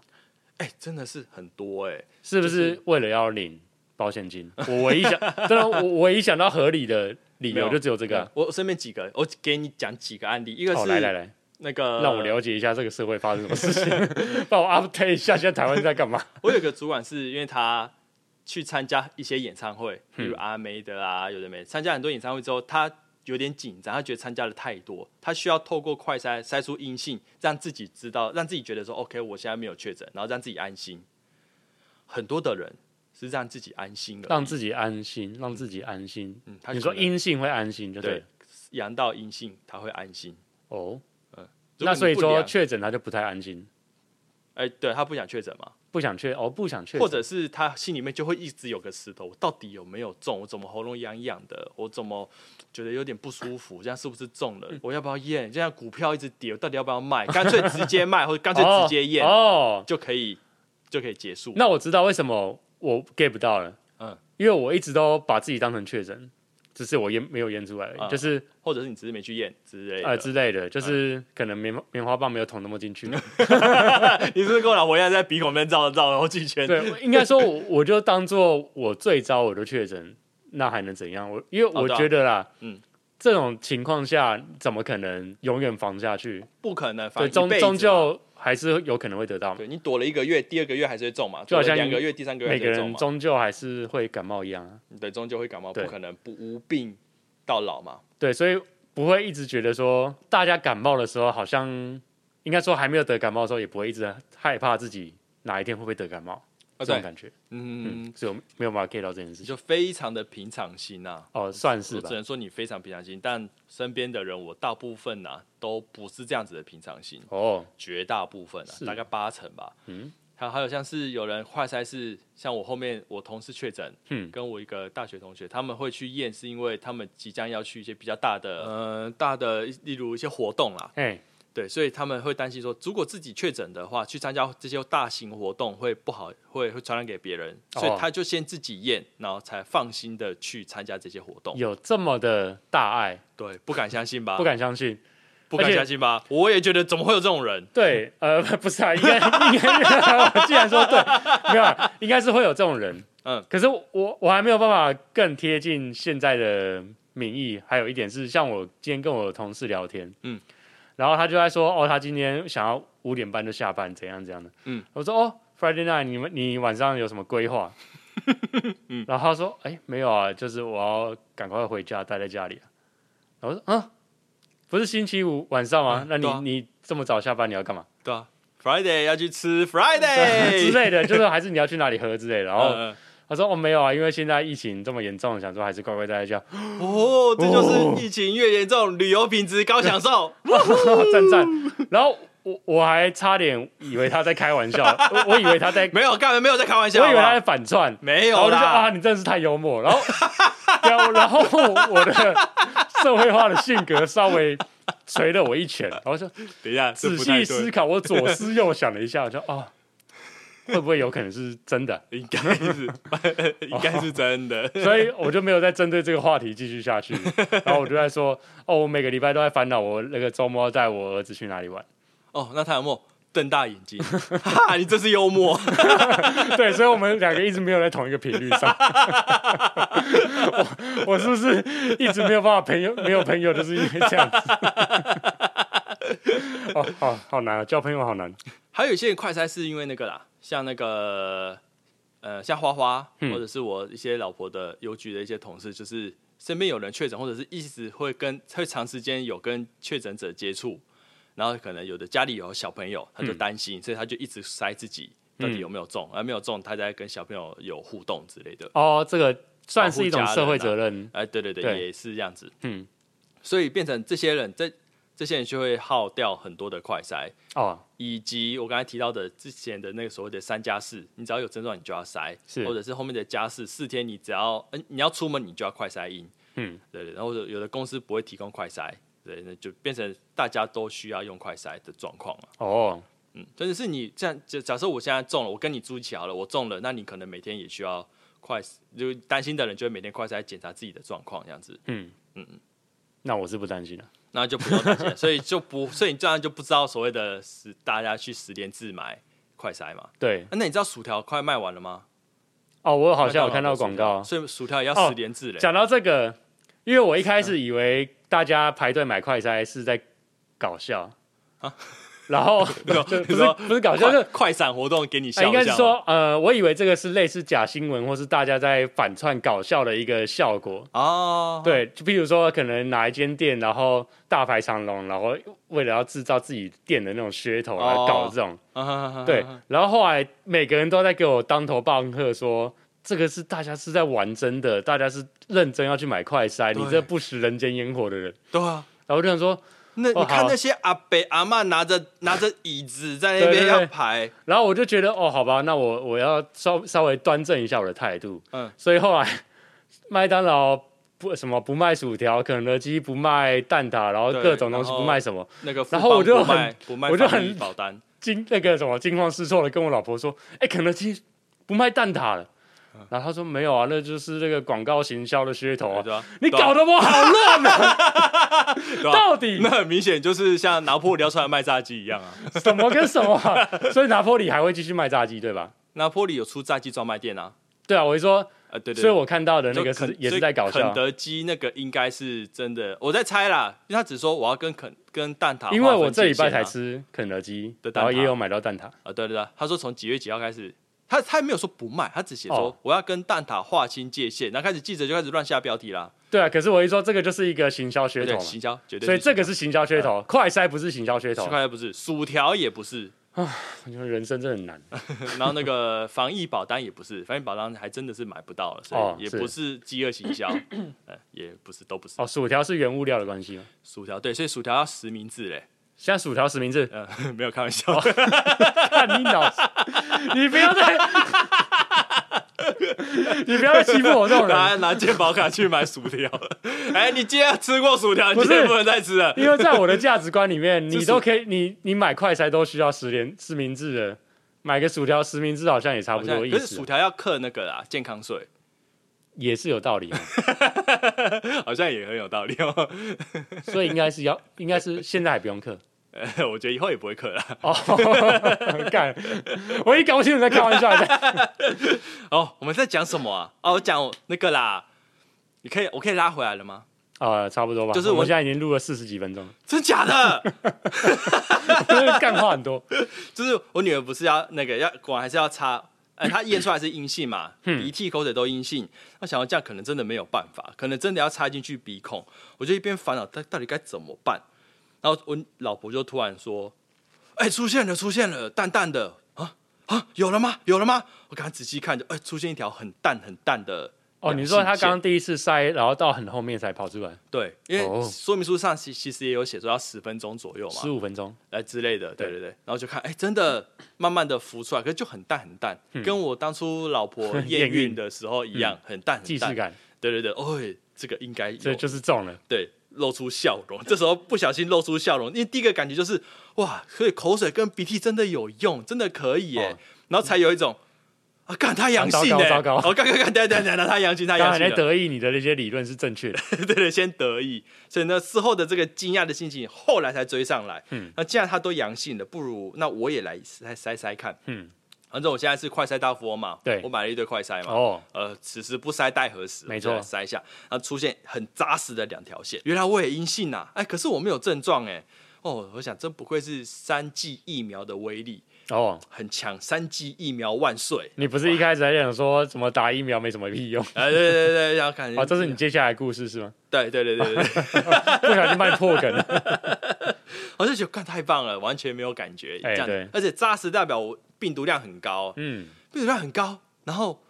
S1: 哎、真的是很多哎、
S2: 是不是为了要领保险金？我唯一想， 真的，我我唯一想到合理的理
S1: 没
S2: 由
S1: 有
S2: 就只有这个啊。
S1: 我身边几个，我给你讲几个案例，一个
S2: 哦，来来
S1: 是
S2: 来，
S1: 那个、
S2: 让我了解一下这个社会发生什么事情，帮我 update 一下现在台湾在干嘛。
S1: 我有个主管是因为他去参加一些演唱会，比
S2: 嗯
S1: 如阿妹的啊，有的没，参加很多演唱会之后，他有点紧张，他觉得参加的太多，他需要透过快筛筛出阴性，让自己知道，让自己觉得说 OK，我现在没有确诊，然后让自己安心。很多的人是让自己安心的，
S2: 让自己安心，让自己安心。
S1: 嗯，他
S2: 你说
S1: 可能
S2: 阴性会安心，就对
S1: 对
S2: 了。
S1: 阳到阴性，他会安心。
S2: 哦，
S1: 如果
S2: 那
S1: 你
S2: 所以
S1: 不
S2: 说
S1: 量
S2: 确诊他就不太安心，
S1: 哎、对他不想确诊嘛，
S2: 不想确哦，不想确诊，
S1: 或者是他心里面就会一直有个石头，我到底有没有中？我怎么喉咙痒痒的？我怎么觉得有点不舒服？这样是不是中了？我要不要验？这样股票一直跌，我到底要不要卖？干脆直接卖，或者干脆直接验、
S2: 哦。哦
S1: 就可以，就可以结束。
S2: 那我知道为什么我 get 不到了，
S1: 嗯，
S2: 因为我一直都把自己当成确诊，只是我验没有验出来而已，
S1: 嗯
S2: 就是
S1: 或者是你只是没去验之类的。
S2: 呃之类的，就是可能棉花棉花棒没有捅那么 进去。
S1: 你是不是跟我老婆一样在鼻孔里面绕绕，然后进圈？
S2: 对，我应该说我我就当做我最糟我就确诊，那还能怎样？我因为我
S1: 对啊
S2: 觉得啦，
S1: 嗯
S2: 这种情况下怎么可能永远防下去？
S1: 不可能，反
S2: 对，
S1: 正
S2: 终
S1: 一辈子嘛
S2: 终。究还是有可能会得到嘛。
S1: 对你躲了一个月，第二个月还是会中嘛？
S2: 就好像
S1: 躲了两个月、第三个月还
S2: 每
S1: 是
S2: 个
S1: 会中
S2: 人
S1: 嘛？
S2: 终究还是会感冒一样啊。
S1: 对，终究会感冒，
S2: 对
S1: 不可能不无病到老嘛。
S2: 对，所以不会一直觉得说大家感冒的时候，好像应该说还没有得感冒的时候，也不会一直害怕自己哪一天会不会得感冒、
S1: 啊，
S2: 这
S1: 对
S2: 种，感觉。
S1: 嗯
S2: 嗯，，所以我没有办法 get 到这件事
S1: 你
S2: 情。
S1: 就非常的平常心呐、
S2: 哦，算是
S1: 我
S2: 吧
S1: 只。能说你非常平常心，但身边的人，我大部分呐、啊都不是这样子的平常心，
S2: 哦，
S1: 绝大部分啊，
S2: 是
S1: 大概八成吧。
S2: 嗯，
S1: 还有还有像是有人快筛是像我后面我同事确诊，
S2: 嗯，
S1: 跟我一个大学同学，他们会去验，是因为他们即将要去一些比较大的，呃，大的，例如一些活动啦，
S2: 哎，
S1: 对，所以他们会担心说，如果自己确诊的话，去参加这些大型活动会不好，会会传染给别人，
S2: 哦
S1: 所以他就先自己验，然后才放心的去参加这些活动。
S2: 有这么的大爱，
S1: 对，不敢相信吧？
S2: 不，敢相信。
S1: 不敢
S2: 而且
S1: 相信吧？我也觉得怎么会有这种人？
S2: 对，呃，不是啊，应该应该， 我既然说对， 没有啊，应该是会有这种人。
S1: 嗯，
S2: 可是我我还没有办法更贴近现在的民意。还有一点是，像我今天跟我同事聊天，
S1: 嗯，
S2: 然后他就在说，哦，他今天想要五点半就下班，怎样怎样的。
S1: 嗯，
S2: 我说哦，Friday night，你们你晚上有什么规 划？嗯，然后他说，哎，没有啊，就是我要赶快回家，待在家里、啊。然后我说，啊，不是星期五晚上吗？
S1: 嗯
S2: 那你、
S1: 对啊
S2: 你这么早下班，你要干嘛？
S1: 对啊，Friday 要去吃
S2: 啊 之
S1: Friday
S2: 类的，就是还是你要去哪里喝之类的。然后
S1: 嗯
S2: 他说：“哦，没有啊，因为现在疫情这么严重，想说还是乖乖待在家。
S1: 嗯哦，这就是疫情越严重，旅游品质高享受。”
S2: 赞赞。然后我我还差点以为他在开玩笑， 我我以为他在，
S1: 没有，干嘛没有在开玩
S2: 我
S1: 笑？
S2: 以为他
S1: 好不
S2: 在
S1: 好
S2: 反串。
S1: 没
S2: 然后
S1: 有
S2: 我就说啊，
S1: 啦，
S2: 你真的是太幽默。然后， 对啊然后我的 社会化的性格稍微捶了我一拳。然后说
S1: 等一下，这
S2: 仔
S1: 不太
S2: 细
S1: 对
S2: 思考，我左思右想了一下，我说哦，会不会有可能是真的？
S1: 应该是， 应该是真的。
S2: 所以我就没有再针对这个话题继续下去。然后我就在说，哦，我每个礼拜都在烦恼，我那个周末要带我儿子去哪里 玩。
S1: 哦，那他有没有瞪大眼睛？哈哈，你真是幽默。
S2: 对，所以我们两个一直没有在同一个频率上。 我我是不是一直没有办法朋友没有朋友，就是因为这样 子？哦，好好难啊，交朋友好难。
S1: 还有一些人快筛是因为那个啦，像那个呃，像花花，
S2: 嗯
S1: 或者是我一些老婆的邮局的一些同事，就是身边有人确诊，或者是一直会跟会长时间有跟确诊者接触，然后可能有的家里有小朋友，他就
S2: 嗯
S1: 担心，所以他就一直筛自己到底有没有中，而、没有中，他在跟小朋友有互动之类的。
S2: 哦，这个算是一种社会责任。
S1: 哎、对对对，
S2: 对
S1: 也是这样子，
S2: 嗯，
S1: 所以变成这些人，这这些人就会耗掉很多的快筛。
S2: 哦，
S1: 以及我刚才提到的之前的那个所谓的三加四，你只要有症状你就要筛，
S2: 是
S1: 或者是后面的加四四天，你只要嗯、你要出门你就要快筛阴，
S2: 嗯，
S1: 对对，然后有有的公司不会提供快筛，对，那就变成大家都需要用快筛的状况了，
S2: 哦，
S1: 嗯，但是是你这样，假假设我现在中了，我跟你住一起好了，我中了，那你可能每天也需要快，就担心的人就会每天快筛检查自己的状况这样子，
S2: 嗯嗯，那我是不担心的。
S1: 那就不用担心了，所以就不，所以你这样就不知道所谓的十大家去十连自买快筛嘛。
S2: 对，
S1: 啊那你知道薯条快卖完了吗？
S2: 哦，我好像有看到广告，
S1: 啊所以薯条也要
S2: 哦
S1: 十连制嘞。
S2: 讲到这个，因为我一开始以为大家排队买快筛是在搞笑
S1: 啊
S2: 然后
S1: 说
S2: 就
S1: 你
S2: 不是
S1: 说
S2: 不是搞笑，就
S1: 快快闪活动给你
S2: 哎
S1: 笑
S2: 应
S1: 一下
S2: 该
S1: 吗，
S2: 是说呃，我以为这个是类似假新闻或是大家在反串搞笑的一个效果。
S1: 哦，
S2: 对，就比如说可能哪一间店，然后大排长龙，然后为了要制造自己店的那种噱头来
S1: 哦
S2: 搞这种，
S1: 啊哈哈哈，
S2: 对，然后后来每个人都在给我当头棒喝说。这个是大家是在玩真的，大家是认真要去买快筛，你
S1: 对
S2: 这不食人间烟火的人。
S1: 对啊。
S2: 然后我就想说，
S1: 那
S2: 哦
S1: 你看
S2: 好
S1: 那些阿伯阿嬷拿着拿着椅子在那
S2: 对对
S1: 边
S2: 对
S1: 要排，
S2: 然后我就觉得哦，好吧，那我我要稍稍微端正一下我的态度。
S1: 嗯
S2: 所以后来麦当劳不什么不卖薯条，肯德基不卖蛋挞，然后
S1: 对
S2: 各种东西
S1: 然后
S2: 不卖什么，
S1: 那个富
S2: 然后我
S1: 邦
S2: 就
S1: 不
S2: 很
S1: 卖不卖
S2: 我就
S1: 防疫
S2: 很
S1: 保单，
S2: 惊那个什么惊慌失措的跟我老婆说，哎，肯德基不卖蛋挞了。
S1: 嗯
S2: 然后她说没有啊，那就是那个广告行销的噱头
S1: 对
S2: 啊。
S1: 对啊
S2: 你
S1: 对啊
S2: 搞得我好乱啊！
S1: 对啊
S2: 到底
S1: 那很明显就是像拿破仑要出来卖炸鸡一样啊。
S2: 什么跟什么啊、所以拿破里还会继续卖炸鸡，对吧？
S1: 拿破里有出炸鸡专卖店啊，
S2: 对啊，我就说，
S1: 呃，对对
S2: 所以
S1: 对。
S2: 我看到的那
S1: 就
S2: 个
S1: 肯
S2: 是也
S1: 所
S2: 是
S1: 以
S2: 在搞笑
S1: 肯。德基那个应该是真的，我在猜啦，因为他只说我要跟肯跟蛋挞划分界
S2: 因
S1: 限啊、
S2: 为我这礼拜才吃肯德基
S1: 的，蛋挞
S2: 然后也有买到蛋挞。
S1: 啊，对对对，他说从几月几号开始，他他也没有说不卖，他只写说
S2: 哦
S1: 我要跟蛋挞划清界限，然后开始记者就开始乱下标题啦，
S2: 对啊，可是我一说这个就是一个行销
S1: 对
S2: 噱
S1: 对，
S2: 头
S1: 行
S2: 嘛，
S1: 销绝对
S2: 所以
S1: 是行销，
S2: 这个是行销噱头，快筛不是行销噱
S1: 区
S2: 头。
S1: 块链不是，薯条也不是，
S2: 你说人生真的很难。
S1: 然后那个防疫保单也不是，防疫保单还真的是买不到了，所
S2: 哦
S1: 以也
S2: 是
S1: 不是饥饿行销，呃，也不是都不是
S2: 哦，薯条是原物料的关系吗？
S1: 薯条，对，所以薯条要实名制嘞， 嗯
S2: 现在薯条实名制，
S1: 呃，没有开玩笑，
S2: 看你脑你不要再， 你不要再欺负我这种
S1: 拿
S2: 人。
S1: 拿健保卡去买薯条， 哎、你今天吃过薯条，你
S2: 不是
S1: 今天不能再吃 了。
S2: 因为在我的价值观里面，
S1: 是
S2: 你都可以，你你买快餐都需要十连实名制的，买个薯条实名制好像也差不多意
S1: 可是薯
S2: 思，
S1: 条要克那个啦，健康税，
S2: 也是有道理啊。
S1: 好像也很有道理哦。
S2: 所以应该是要，应该是现在还不用刻。
S1: 呃我觉得以后也不会克啦。
S2: 哦， 干！我一搞不清楚在开玩 笑的。
S1: 哦，我们在讲什么啊？哦，我讲那个啦，你可以，我可以拉回来了吗？
S2: 啊、差不多吧。
S1: 就是
S2: 我
S1: 我
S2: 们现在已经录了四十几分钟 了，
S1: 真假的？
S2: 干话很多。
S1: 就是我女儿不是要那个要，果然还是要擦。哎、她验出来是阴性嘛，
S2: 嗯
S1: 鼻涕、口水都阴性。她想要这样，可能真的没有办法，可能真的要插进去鼻孔。我就一边烦恼，她到底该怎么办？然后我老婆就突然说：“哎、出现了，出现了，淡淡的啊啊，有了吗？有了吗？”我刚仔细看就，哎、出现一条很淡很淡的
S2: 哦，你说他刚刚第一次塞，然后到很后面才跑出来，
S1: 对，因为
S2: 哦
S1: 说明书上其其实也有写说要十分钟左右嘛
S2: 十，五分钟。
S1: 来之类的，对对对，然后就看，哎，真的慢慢的浮出来，可是就很淡很淡，跟我当初老婆验
S2: 嗯 验孕嗯
S1: 孕的时候一样，很淡
S2: 既
S1: 很淡，
S2: 视感，
S1: 对对对，哦，嘿这个应该有
S2: 这就是中了。
S1: 对露出笑容，这时候不小心露出笑容，因为第一个感觉就是哇，所以口水跟鼻涕真的有用，真的可以耶，
S2: 哦
S1: 然后才有一种啊，干他阳性呢，
S2: 糟糕糟糕
S1: 哦，干干干，等一下等一下等一下，他阳性，他
S2: 刚
S1: 阳
S2: 才
S1: 性了，
S2: 在得意你的那些理论是正确的，
S1: 对对，先得意，所以呢，事后的这个惊讶的心情，后来才追上来。
S2: 嗯
S1: 那既然他都阳性了，不如那我也来筛筛筛看。
S2: 嗯，
S1: 反正我现在是快筛大富翁嘛，
S2: 对
S1: 我买了一堆快筛嘛。
S2: 哦，
S1: 呃，此时不筛待何时？
S2: 没错
S1: 我就来筛一下，然后出现很扎实的两条线。原来我也阴性呐、啊，哎，可是我没有症状哎、哦，我想真不愧是三剂疫苗的威力
S2: 哦，
S1: 很强，三剂疫苗万岁！
S2: 你不是一开始还想说什么打疫苗没什么 屁用
S1: 哎，对对对，要看
S2: 啊？这是你接下来的故事是吗？
S1: 对对对对对。
S2: 不小心把你破 梗了。
S1: 我就觉得干太棒了，完全没有感觉，
S2: 哎
S1: 这样子
S2: 对
S1: 而且扎实代表我病毒量很高，
S2: 嗯，
S1: 病毒量很高，然后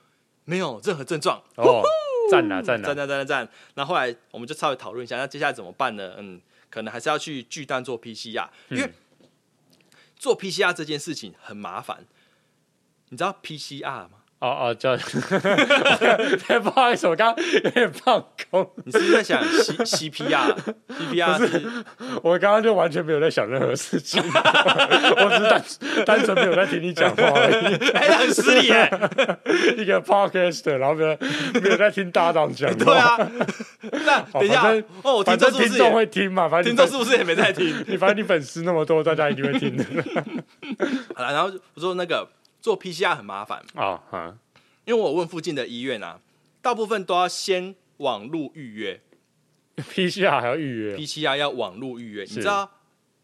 S1: 没有任何症状，
S2: 哦，赞啦赞
S1: 赞
S2: 啦，
S1: 赞赞赞赞。然后后来我们就稍微讨论一下，那接下来怎么办呢？嗯，可能还是要去巨蛋做 PCR，因为
S2: 嗯
S1: 做 PCR 这件事情很麻烦。你知道 PCR 吗？
S2: 哦哦，叫， 不好意思，我刚刚有点放空，
S1: 你是不是在想 C CPR？CPR 是
S2: 我刚刚就完全没有在想任何事情， 我只是单单纯没有在听你讲话而已。
S1: 哎、很失礼 哎、
S2: 一个 podcast，然后没有没有在听搭档讲话。
S1: 对啊。那
S2: 哦，
S1: 等一下
S2: 反正
S1: 哦，我听
S2: 反
S1: 众是
S2: 正
S1: 不
S2: 听
S1: 是
S2: 众
S1: 也
S2: 会听嘛，反正
S1: 听
S2: 你
S1: 众
S2: 粉
S1: 是不是也没在听？
S2: 你反正你粉丝那么多，大家一定会 听的。
S1: 好了，然后我说那个做 PCR 很麻烦，
S2: 啊哈，
S1: 因为我问附近的医院啊，大部分都要先网络预约
S2: 必须啊还要预约哦？
S1: ，PCR 要网络预约，你知道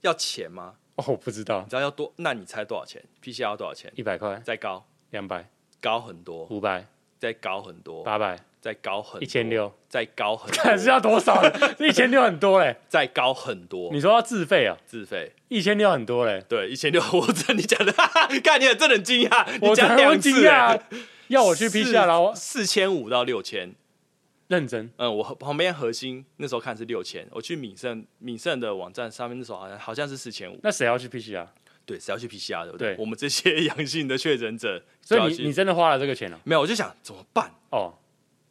S1: 要钱吗？
S2: 哦，我不知道
S1: 你，知道要多？那你猜多少钱？PCR 要多少钱？
S2: 一百块、
S1: 再高，
S2: 两百、
S1: 高很多，
S2: 五百、
S1: 再高很多，
S2: 八百、
S1: 再高很多，
S2: 一千，六，
S1: 再高很
S2: 看 是
S1: 多，
S2: 要多少？一千六很多嘞。
S1: 再高很多
S2: 你，说要自费啊？
S1: 自费。
S2: 一千六很多欸嘞。
S1: 对，一千六，我真你讲的，哈哈 看你很真的很惊讶，你
S2: 我
S1: 讲
S2: 才
S1: 两
S2: 会
S1: 次
S2: 惊
S1: 欸，
S2: 讶啊，要我去 P 下，然后
S1: 四千五到六千，
S2: 认真
S1: 嗯，我旁边核心那时候看是六千，我去敏盛敏盛的网站上面那时候好像好像是四千五，
S2: 那谁要去 P C 啊？
S1: 对，谁要去 PCR 对不对？
S2: 对
S1: 我们这些 阳性的确诊者就
S2: 所
S1: 要
S2: 以
S1: 去，
S2: 你你真的花了这个钱哦了？
S1: 没有，我就想怎么办？
S2: 哦，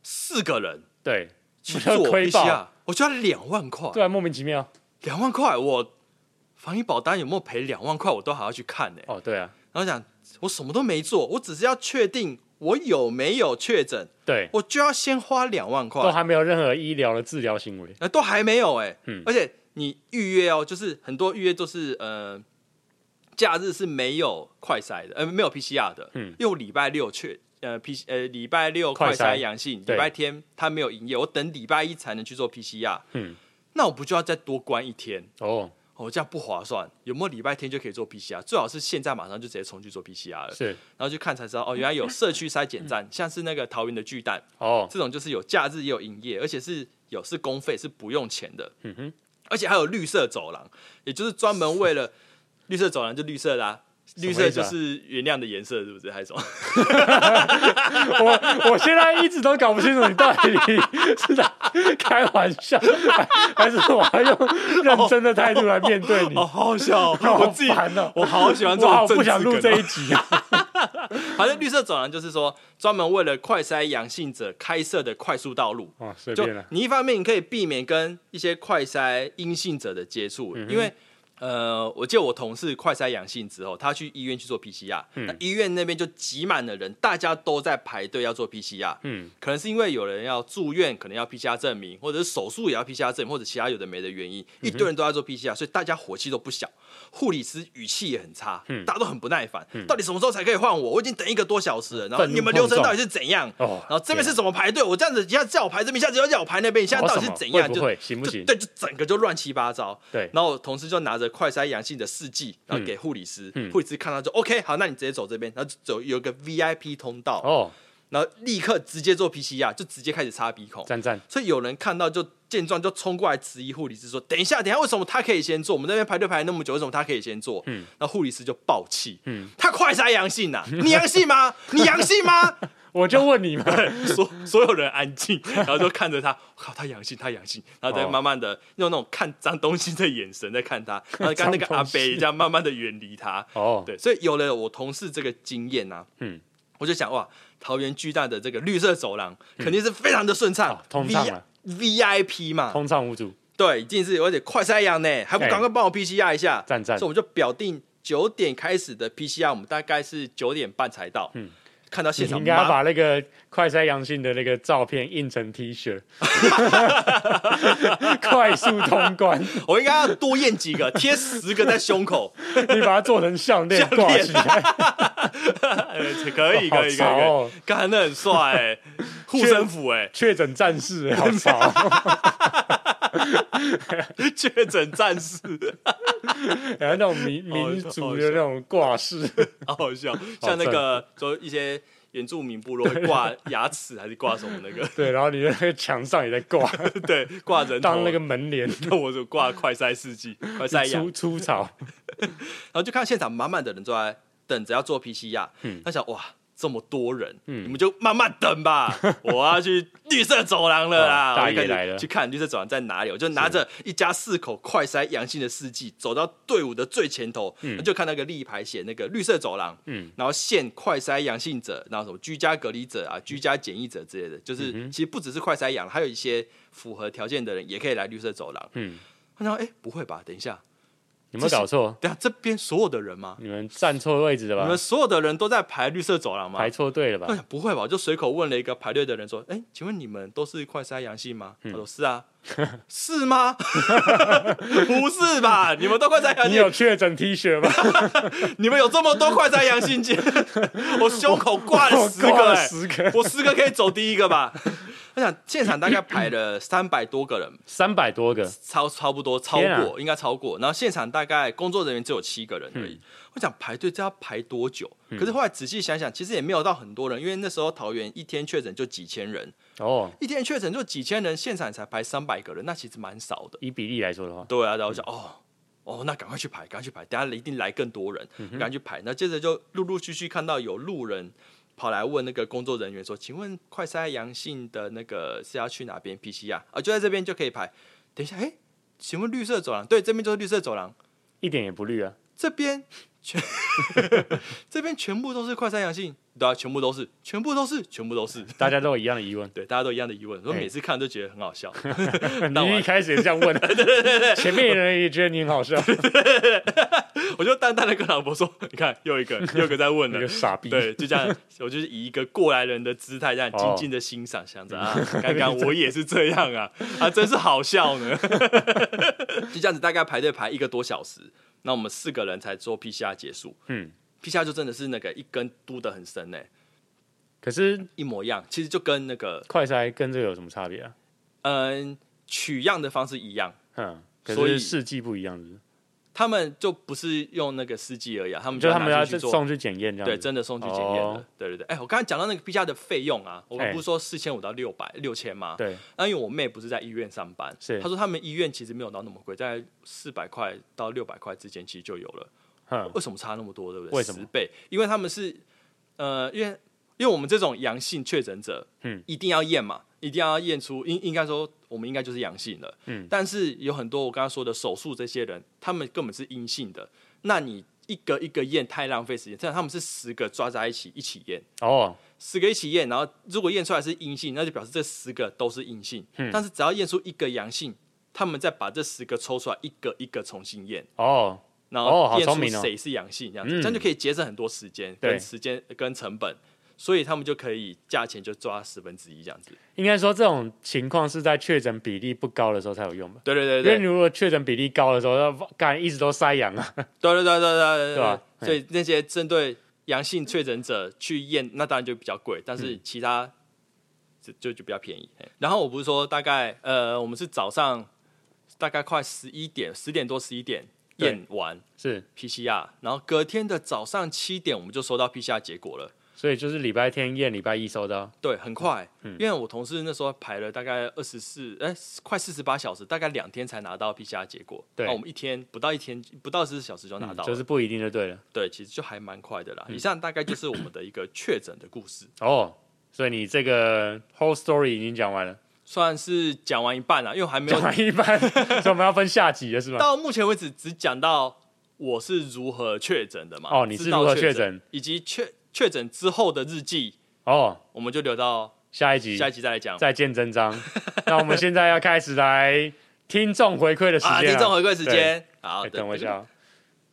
S1: 四个人
S2: 对，
S1: 去
S2: 就
S1: 做
S2: 亏爆
S1: PCR，我就要两万块，
S2: 对啊，莫名其妙。
S1: 两万块，我防疫保单有没有赔两万块，我都还要去看呢、
S2: 哦，对啊，
S1: 然后想我什么都没做，我只是要确定我有没有确诊，
S2: 对，
S1: 我就要先花两万块，
S2: 都还没有任何医疗的治疗行为。
S1: 呃，都还没有哎、
S2: 嗯
S1: 而且你预约哦，就是很多预约都是呃，假日是没有快筛的，呃，没有 PCR 的，
S2: 嗯
S1: 因为我礼拜六确呃 P 呃礼拜六
S2: 快
S1: 快
S2: 筛
S1: 筛阳性，礼
S2: 对
S1: 拜天他没有营业，我等礼拜一才能去做 PCR，
S2: 嗯，
S1: 那我不就要再多关一天？
S2: 哦，
S1: 哦，这样不划算。有没有礼拜天就可以做 PCR？最好是现在马上就直接冲去做 PCR 了，
S2: 是，
S1: 然后去看才知道哦，原来有社区筛检
S2: 嗯
S1: 站，像是那个桃园的巨蛋，
S2: 哦，
S1: 这种就是有假日也有营业，而且是有是公费是不用钱的，
S2: 嗯哼，
S1: 而且还有绿色走廊，也就是专门为 了绿色走廊就绿色啦、
S2: 么
S1: 绿
S2: 意思啊
S1: 色就是原谅的颜色，是不是？还是什么？
S2: 我我现在一直都搞不清楚你到底是在开玩笑，还还是我要用认真的态度来面对你
S1: 哦，。好好笑、哦，
S2: 好
S1: 我自己
S2: 烦哦
S1: 我好喜欢这
S2: 我好
S1: 种政
S2: 不
S1: 治
S2: 想录
S1: 梗
S2: 这
S1: 哦
S2: 一集啊！
S1: 反正绿色走廊就是说，专门为了快筛阳性者开设的快速道路。
S2: 哦，随
S1: 就
S2: 便了。
S1: 你一方面你可以避免跟一些快筛阴性者的接触，
S2: 嗯
S1: 因为呃，我记得我同事快筛阳性之后，他去医院去做 PCR，、那
S2: 嗯
S1: 医院那边就挤满了人，大家都在排队要做 PCR。
S2: 嗯，
S1: 可能是因为有人要住院，可能要 PCR 证明，或者是手术也要 PCR 证明，或者其他有的没的原
S2: 嗯
S1: 因，一堆人都在做 PCR，所以大家火气都不小。护理师语气也很差，
S2: 嗯
S1: 大家都很不耐烦，到底什么时候才可以换我？我已经等一个多小时了，然后
S2: 愤怒
S1: 你们流程
S2: 碰撞
S1: 到底是怎样？
S2: 哦
S1: 然后这边
S2: 天
S1: 是
S2: 啊哦
S1: 怎么排队？我这样子一下子叫我排这边，一下子又叫我排那边，你现在到底是
S2: 搞什么
S1: 怎样？
S2: 会
S1: 就
S2: 不会行不
S1: 就
S2: 行？
S1: 对，就整个就乱七八糟。
S2: 对
S1: 然后我同事就拿着快筛阳性的试剂，然后给护理师，
S2: 嗯
S1: 护理师看到就 OK，好，那你直接走这边，然后就走有一个 VIP 通道，
S2: 哦，
S1: 然后立刻直接做 PCR，就直接开始擦鼻孔。
S2: 赞赞，
S1: 所以有人看到就见状就冲过来质疑护理师说：“等一下，等一下，为什么他可以先做？我们那边排队排那么久，为什么他可以先做？”嗯，那护理师就爆气：“嗯，他快筛阳性呐、你阳性吗？你阳性 吗？”
S2: 我就问你嘛，
S1: 所所有人安静，然后就看着他，我靠，他阳性，他阳性，然
S2: 哦
S1: 后再慢慢的用那种看脏东西的眼神在看 他，然后跟那个阿伯这样慢慢的远离他。
S2: 哦，
S1: 对，所以有了我同事这个经验啊，
S2: 嗯
S1: 嗯，我就想哇，桃园巨蛋的这个绿色走廊肯定是非常的顺畅
S2: 嗯哦，通畅啊
S1: V I P 嘛，
S2: 通畅无阻，
S1: 对，一定是而且快筛阳呢，还不赶快帮我 P C R 一下，
S2: 赞赞
S1: 所以我们就表定九点开始的 P C R，我们大概是九点半才到，嗯，看到现
S2: 你
S1: 场
S2: 应该要
S1: 妈
S2: 把那个快筛阳性的那个照片印成 T 恤，快速通关，
S1: 我应该要多验几个，贴十个在胸 口，
S2: 你把它做成项链
S1: 项链
S2: 挂起来，
S1: 呃可以
S2: 好
S1: 可以可以，
S2: 潮
S1: 可
S2: 哦
S1: 以干那很帅哎，护身符哎，
S2: 确诊战士， 好哦潮。
S1: 确诊战士，
S2: 然哎后那种民
S1: 好
S2: 民
S1: 笑
S2: 族的那种挂 饰，
S1: 好好笑，像那个说一些原住民部落会挂牙齿还是挂什么那个，
S2: 对，然后你的那个墙上也在 挂，
S1: 对，挂人头
S2: 当那个。门 帘，
S1: 那 我就挂快塞世纪，快塞羊
S2: 出，出草，
S1: 然后就看现场满满的人都在等着要做 PCR，他
S2: 嗯
S1: 想哇这么多人，你们就慢慢等 吧，我要去绿色走廊了啦，
S2: 哦
S1: 我就
S2: 大爷
S1: 开始
S2: 来了
S1: 去看绿色走廊在哪里，我就拿着一家四口快筛阳性的试剂走到队伍的最前头，就看那个立牌写那个绿色走廊，
S2: 嗯
S1: 然后限快筛阳性者，然后什么居家隔离者啊、居家检疫者之类的，就是、
S2: 嗯
S1: 其实不只是快筛阳，还有一些符合条件的人也可以来绿色走廊。
S2: 嗯，
S1: 他想，哎、不会吧？等一下，
S2: 有没有搞错？
S1: 等一下这边所有的人吗？
S2: 你们站错位置了
S1: 你
S2: 吧
S1: 们？所有的人都在排绿色走廊吗
S2: 啊排？错队了
S1: 我
S2: 吧？
S1: 想不会吧，我就随口问了一个排队的人说：“哎、请问你们都是快筛阳性吗？”他说：“
S2: 嗯
S1: 是啊。” 是吗？ 不是吧？你们都快筛阳
S2: 你有
S1: 性，
S2: 确诊 T 恤吗？
S1: 你们有这么多快筛阳性 件，我胸口挂了
S2: 我
S1: 十
S2: 挂
S1: 个、
S2: 了
S1: 哎
S2: 十个
S1: 我十个可以走第一个吧？我想现场大概排了三百多个人，
S2: 三百多个，
S1: 超差不多超
S2: 天啊
S1: 过，应该超过。然后现场大概工作人员只有七个人而已。
S2: 嗯
S1: 我想排队这要排多久？可是后来仔细想想，其实也没有到很多人，因为那时候桃园一天确诊就几千人，
S2: 哦，
S1: 一天确诊就几千人，现场才排三百个人，那其实蛮少的。
S2: 以比例来说的话，
S1: 对啊，然后我想、哦。哦，那赶快去排，赶快去排，等下一定来更多人，赶快去排。那接着就陆陆续续看到有路人跑来问那个工作人员说：“请问快筛阳性的那个是要去哪边 PCR 啊？就在这边就可以排。等一下，哎、请问绿色走廊？对，这边就是绿色走廊，
S2: 一点也不绿啊。
S1: 这边全 这边全部都是快筛阳性，对啊，全部都是，全部都是，全部都是。”。
S2: 大家都有一样的疑问
S1: 对，大家都一样的疑问，所以
S2: 哎
S1: 每次看都觉得很好笑。 那我
S2: 你一开始也这样问， 对对对，前面的人也觉得你很好笑，
S1: 我就淡淡的跟老婆说：“你看，又一个，又一个在问
S2: 你
S1: 了
S2: 个。”傻逼。
S1: 对，就这样，我就是以一个过来人的姿态，这样
S2: 哦
S1: 静静的欣赏，想着啊， 刚刚我也是这样啊，啊，真是好笑呢。 就这样子，大概排队排一个多小时，那我们四个人才做 PCR 结束。
S2: 嗯，
S1: PCR 就真的是那个一根嘟的很深呢、
S2: 可是
S1: 一模一样，其实就跟那个
S2: 快筛跟这个有什么差别啊？
S1: 嗯取样的方式一样，
S2: 嗯，可
S1: 所以
S2: 是试剂不一样子，
S1: 他们就不是用那个试剂而已、啊，他们
S2: 就
S1: 就
S2: 他们要
S1: 拿去
S2: 再
S1: 做
S2: 送去检验这样
S1: 对，
S2: 子。
S1: 真的送去检验的。
S2: 哦
S1: 对对对，哎、我刚才讲到那个 PCR 的费用啊，我
S2: 哎
S1: 不是说四千五到六百六千吗？。
S2: 对，
S1: 那因为我妹不是在医院上班，
S2: 是
S1: 她说他们医院其实没有到那么贵，在四百块到六百块之间其实就有了。
S2: 嗯，
S1: 为什么差那么多？对不对？
S2: 为什么
S1: 十倍？因为他们是呃，因为因为我们这种阳性确诊者，
S2: 嗯
S1: 嗯，一定要验嘛，一定要验出应应该说我们应该就是阳性了，
S2: 嗯
S1: 嗯，但是有很多我刚刚说的手术这些人，他们根本是阴性的，那你一个一个验太浪费时间，这样他们是十个抓在一起一起验，
S2: 哦，
S1: 十个一起验，然后如果验出来是阴性，那就表示这十个都是阴性，
S2: 嗯
S1: 但是只要验出一个阳性，他们再把这十个抽出来一个一个重新验。
S2: 哦，
S1: 然
S2: 哦好
S1: 后验
S2: 聪
S1: 出
S2: 明哦
S1: 谁是阳性，这样
S2: 嗯
S1: 子，这样就可以节省很多时间、
S2: 对
S1: 跟时间、跟成本，所以他们就可以价钱就抓十分之一这样子。
S2: 应该说这种情况是在确诊比例不高的时候才有用吧？
S1: 对对对
S2: 因为
S1: 对
S2: 你，如果确诊比例高的时候，那干一直都塞阳啊。
S1: 对对对对对
S2: 对吧
S1: 所以那些针对阳性确诊者去验，那当然就比较贵，但是其他就就就比较便宜。嘿然后我不是说大概呃，我们是早上大概快十一点、十点多、十一点
S2: 对
S1: 验完
S2: 是，
S1: PCR，然后隔天的早上七点我们就收到 PCR 结果了。
S2: 所以就是礼拜天验，礼拜一收到。
S1: 对，很快，
S2: 嗯
S1: 因为我同事那时候排了大概二十四，哎，快四十八小时，大概两天才拿到 PCR 结果。
S2: 对
S1: 那我们一天不到一天，不到四十小时就拿啊到了。
S2: 就是不一定就对了。
S1: 对，其实就还蛮快的啦。以上大概就是我们的一个确诊的故事，
S2: 哦，所以你这个 whole story 已经讲完了，
S1: 算是讲完一半了，因为我还没有
S2: 讲完一半，所以我们要分下集了是 吗？
S1: 到目前为止只讲到我是如何确诊的嘛。
S2: 哦你是
S1: 知道
S2: 如何
S1: 确
S2: 确诊，
S1: 以及确确诊之后的日记，
S2: 哦，
S1: 我们就留到
S2: 下一集
S1: 下一集再来讲。
S2: 再见真章。那我们现在要开始来听众回馈的 时
S1: 啊，
S2: 间
S1: 听
S2: 了
S1: 众回馈时
S2: 对
S1: 间，好，
S2: 哎等我一下、哦。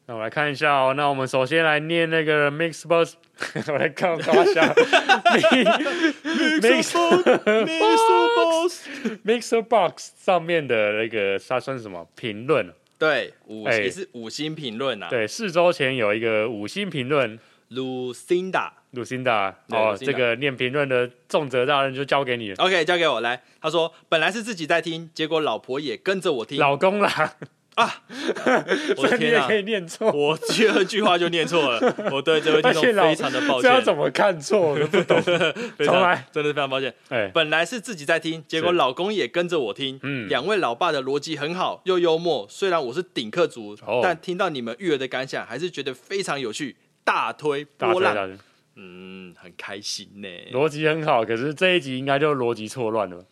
S2: 那我来看一下哦。那我们首先来念那个 Mixbox，我 来看搞笑。Mix
S1: Boss，
S2: Mixer Box 上面的那个它算是什么评论？
S1: 对，五、
S2: 哎
S1: 也是五星评论啊呐。
S2: 对，四周前有一个五星评论，
S1: ，Lucinda，OK，、
S2: 鲁辛达
S1: 对
S2: 哦，
S1: Lucinda
S2: 这个念评论的重责大人就交给你了，
S1: OK，交给我来。他说本来是自己在听，结果老婆也跟着我听。
S2: 老公啦，
S1: 我
S2: 这
S1: 的
S2: 你
S1: 天
S2: 也
S1: 啊
S2: 可！以念错，
S1: 我第二句话就念错 了，我对这位听
S2: 而
S1: 众
S2: 且老
S1: 非常的抱
S2: 这要
S1: 歉，
S2: 怎么看错我都 不懂。
S1: 非
S2: 重
S1: 常
S2: 来
S1: 真的是非常抱歉。
S2: 哎，
S1: 本来是自己在听，结果
S2: 是
S1: 老公也跟着我听。
S2: 嗯
S1: 两位老爸的逻辑很好，又幽默。虽然我是顶客族，
S2: 哦
S1: 但听到你们育儿的感想，还是觉得非常有趣，大推
S2: 大
S1: 波
S2: 推嗯大
S1: 浪。
S2: 推，
S1: 嗯，很开心呢。
S2: 逻辑很好，可是这一集应该就逻辑错乱了吧。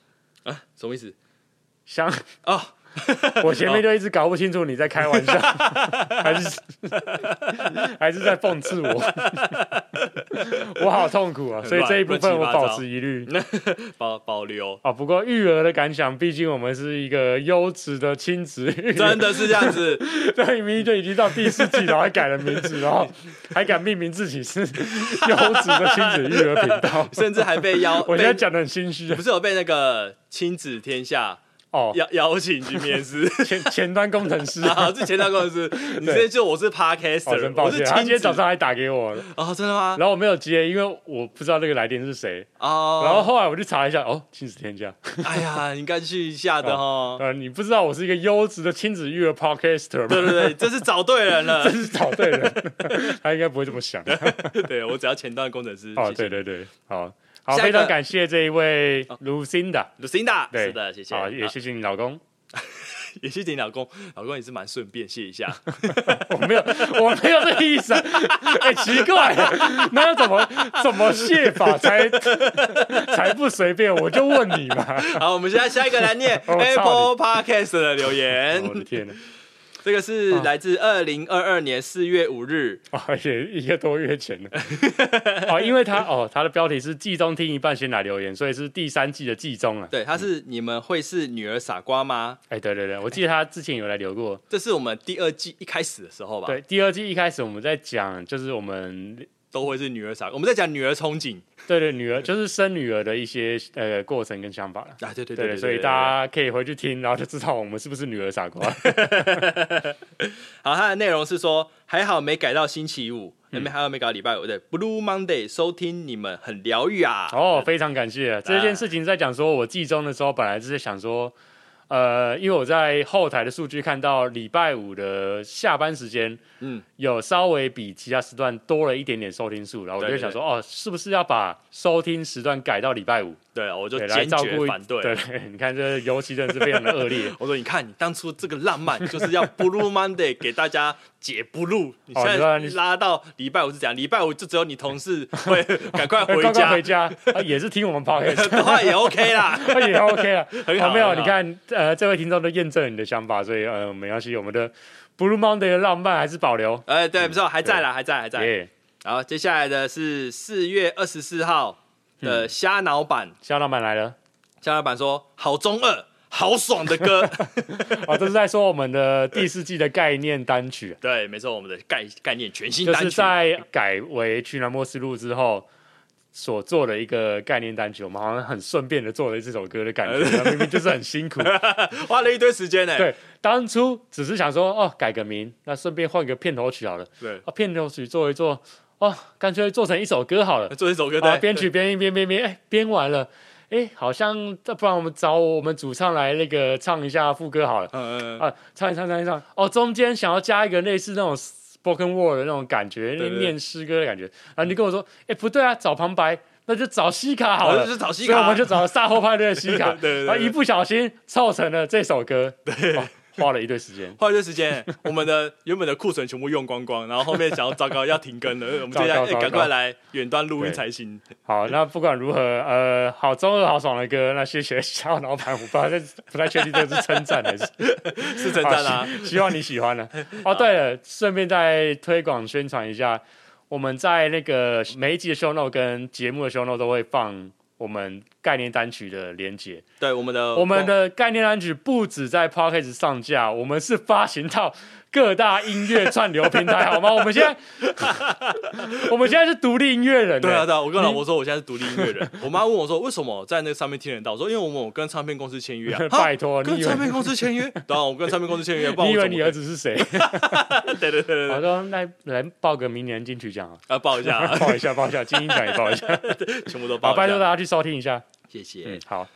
S1: 啊，什么意思？
S2: 像
S1: 哦，
S2: 我前面就一直搞不清楚你在开玩笑，还是还是在讽刺我，我好痛苦啊！所以这一部分我保持疑 虑
S1: 保保 留，
S2: 啊。不过育儿的感想，毕竟我们是一个优质的亲子育儿
S1: 真的是这样子。
S2: 对，明明就已经到第四季了，还改了名字，然后还敢命名自己是优质的亲子育儿频道。
S1: 甚至还被邀，
S2: 我现在
S1: 被
S2: 讲的很心虚啊
S1: 不是有被那个亲子天下
S2: 哦，
S1: 邀邀请去面试
S2: 前前端工程师啊，
S1: 啊？是前段公司，你这就我是
S2: 哦
S1: podcaster，
S2: 真抱
S1: 我是
S2: 歉，他今
S1: 亲
S2: 天
S1: 子
S2: 早上还打给我，
S1: 哦，真的吗？
S2: 然后我没有接，因为我不知道那个来电是谁。
S1: 哦，
S2: 然后后来我就查一下，哦，亲子天下，
S1: 哎呀，你应该去一下的哦。
S2: 呃，你不知道我是一个优质的亲子育儿 podcaster
S1: 对对
S2: 吗？
S1: 对，这是找对人了
S2: 真。是 找对人， 他应该不会这么想。啊
S1: 对我只要前段工程师。
S2: 哦，
S1: 谢谢
S2: 对对对，好，好，
S1: 下一个
S2: 非常感谢这一位 Lucinda，
S1: ，Lucinda，
S2: 对，
S1: 是的，谢谢，
S2: 好，也
S1: 啊
S2: 谢谢你老公，
S1: 也谢谢你老公，老公也是蛮顺便，谢一下。
S2: 我没有，我没有这个意思、啊。哎、奇怪，啊那要怎么怎么谢法才 才不随便？我就问你嘛。
S1: 好，我们现在下一个来 念
S2: 哦我操你
S1: Apple Podcast 的留 言。
S2: 哦我的天哪，
S1: 这个是来自二零二二年四月五日，
S2: 哦，也一个多月前了。哦，因为他哦，他的标题是“季中听一半先来留言”，所以是第三季的季中了。
S1: 对，他是你们会是女儿傻瓜吗？
S2: 哎，对对对，我记得他之前有来留过。
S1: 这是我们第二季一开始的时候吧？
S2: 对，，第二季一开始我们在讲，就是我们
S1: 都会是女儿傻瓜。我们在讲女儿憧憬
S2: 对对女儿，就是生女儿的一些呃过程跟想法了。
S1: 啊，对对
S2: 对
S1: 对，
S2: 所以
S1: 家
S2: 大家可以回去听，然后就知道我们是不是女儿傻瓜。
S1: 好，它的内容是说，还好没改到星期五，
S2: 嗯
S1: 没还好没改到礼拜五，对，Blue Monday 收听你们很疗愈啊。
S2: 哦，非常感谢这件事情，在讲说我季中的时候，本来是想说，呃，因为我在后台的数据看到礼拜五的下班时间
S1: 嗯，
S2: 有稍微比其他时段多了一点点收听数，然后我就
S1: 对对
S2: 想说，哦，是不是要把收听时段改到礼拜五，
S1: 对，我就
S2: 对，来
S1: 坚
S2: 照
S1: 决
S2: 顾
S1: 反
S2: 对，
S1: 对。。
S2: 对 你看这尤其真的是非常的恶劣
S1: 我说，你看，你当初这个浪漫就是要 Blue Monday 给大家姐不录，你
S2: 哦
S1: 现
S2: 你说
S1: 在
S2: 你
S1: 拉到礼拜五是怎样？礼拜五就只有你同 事会赶快
S2: 哎
S1: 回
S2: 刚刚
S1: 家
S2: 回，家，啊也是听我们 podcast，啊
S1: 的话也 OK 啦。
S2: 也 OK 了，
S1: 很好
S2: 哦没有，
S1: 很好
S2: 你看，呃，这位听众都验证了你的想法，所以呃，没关系，我们的 Blue Monday 的浪漫还是保留。
S1: 哎，对，不错，还在啦，还在，还在。
S2: 耶，
S1: 好，接下来的是四月二十四号
S2: 嗯
S1: 的虾脑版，
S2: 肖老板来了，
S1: 虾脑版说好中二，好爽的 歌。
S2: 哦，这是在说我们的第四季的概念单曲，
S1: 对，没错，我们的概概念全新
S2: 就
S1: 单
S2: 是
S1: 曲，
S2: 在改为《去南莫斯路》之后所做的一个概念单曲，我们好像很顺便的做了这首歌的 感觉，明明就是很辛苦。
S1: 花了一堆时间呢。
S2: 对，当初只是想说，哦，改个名，那顺便换个片头曲好了。
S1: 对，
S2: 啊，片头曲做一做，哦，干脆做成一首歌好了。
S1: 做一首歌
S2: 啊，
S1: 对，
S2: 编曲编一编编编，哎，编完了，哎，好像这不然我们找我们主唱来那个唱一下副歌好了。
S1: 嗯，嗯嗯
S2: 啊，唱一唱唱一唱，哦，中间想要加一个类似那种 spoken word 的那种感觉，
S1: 对对
S2: 念诗歌的感觉。然后你跟我说，哎，不对啊，找旁白。那就找西卡好
S1: 好
S2: 了，
S1: 就是找西
S2: 所以
S1: 卡
S2: 我们就找了萨后派对的西卡，
S1: 对对对对
S2: 然后一不小心凑成了这首歌，对，花了一堆时间。
S1: 花了一堆时间，我们的原本的库存全部用光光，然后后面想要糟糕要停更了，我们这
S2: 糟
S1: 下
S2: 糕糟糕
S1: 赶快来远端录音
S2: 对
S1: 才行。
S2: 好，那不管如何，呃，好中二好爽的歌，那谢谢肖老板，我不太不太确定这是称赞还是
S1: 是称赞啊啦
S2: 好，希希望你喜欢
S1: 啊
S2: 呢、啊 哦，对了，顺便再推广宣传一下，我们在那个每一集的 show note 跟节目的 show note 都会放我们概念单曲的连接。
S1: 对我们的
S2: 我们的概念单曲不止在 podcast 上架，我们是发行到各大音乐串流平台，好吗？我们现在 我们现在是独立音乐人、欸，
S1: 对啊，对啊，我跟老
S2: 你，
S1: 婆说我现在是独立音乐人，我妈问我说为什么在那上面听得到？我说因为我们有跟唱片公司签约啊
S2: 拜托，
S1: 哈
S2: 你
S1: 跟
S2: 以为
S1: 唱片公司 签约，当然我跟唱片公司签约，不然
S2: 你以
S1: 我
S2: 为
S1: 怎么
S2: 你儿子 是谁？
S1: 对对对对
S2: 我
S1: 对，
S2: 说那来报个明年金曲奖啊。
S1: 啊报一下啊，
S2: 报一下，报一下，金鹰奖也报 一下。
S1: 全部都报
S2: 好，
S1: 一
S2: 拜托
S1: 下，
S2: 大家去收听一下。
S1: 谢谢
S2: 嗯。，好，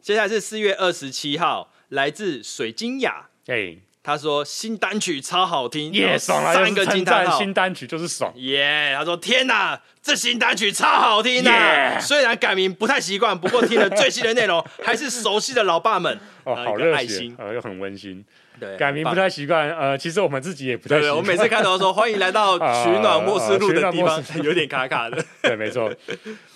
S1: 接下来是四月二十七号，来自水晶雅，
S2: 哎，
S1: 她说新单曲超好听，
S2: 耶，爽了，
S1: 三
S2: 又
S1: 个
S2: 是
S1: 惊
S2: 称
S1: 叹
S2: 赞
S1: 号。
S2: 新单曲就是爽。
S1: 耶他说：“天哪，这新单曲超好听呐、
S2: Yeah
S1: 虽然改名不太习惯，不过听了最新的内 容，还是熟悉的老爸们。
S2: 哦，
S1: 然
S2: 好
S1: 后一个
S2: 热
S1: 爱
S2: 血
S1: 心，，
S2: 呃，又很温馨。
S1: 对，
S2: 改名不
S1: 很棒
S2: 太习惯，呃，其实我们自己也不太
S1: 对
S2: 习
S1: 对，
S2: 惯。
S1: 我每次看到 说欢迎来到取暖莫斯路的地
S2: 啊啊
S1: 方
S2: 啊取，
S1: 有点卡卡的。
S2: 对，没错。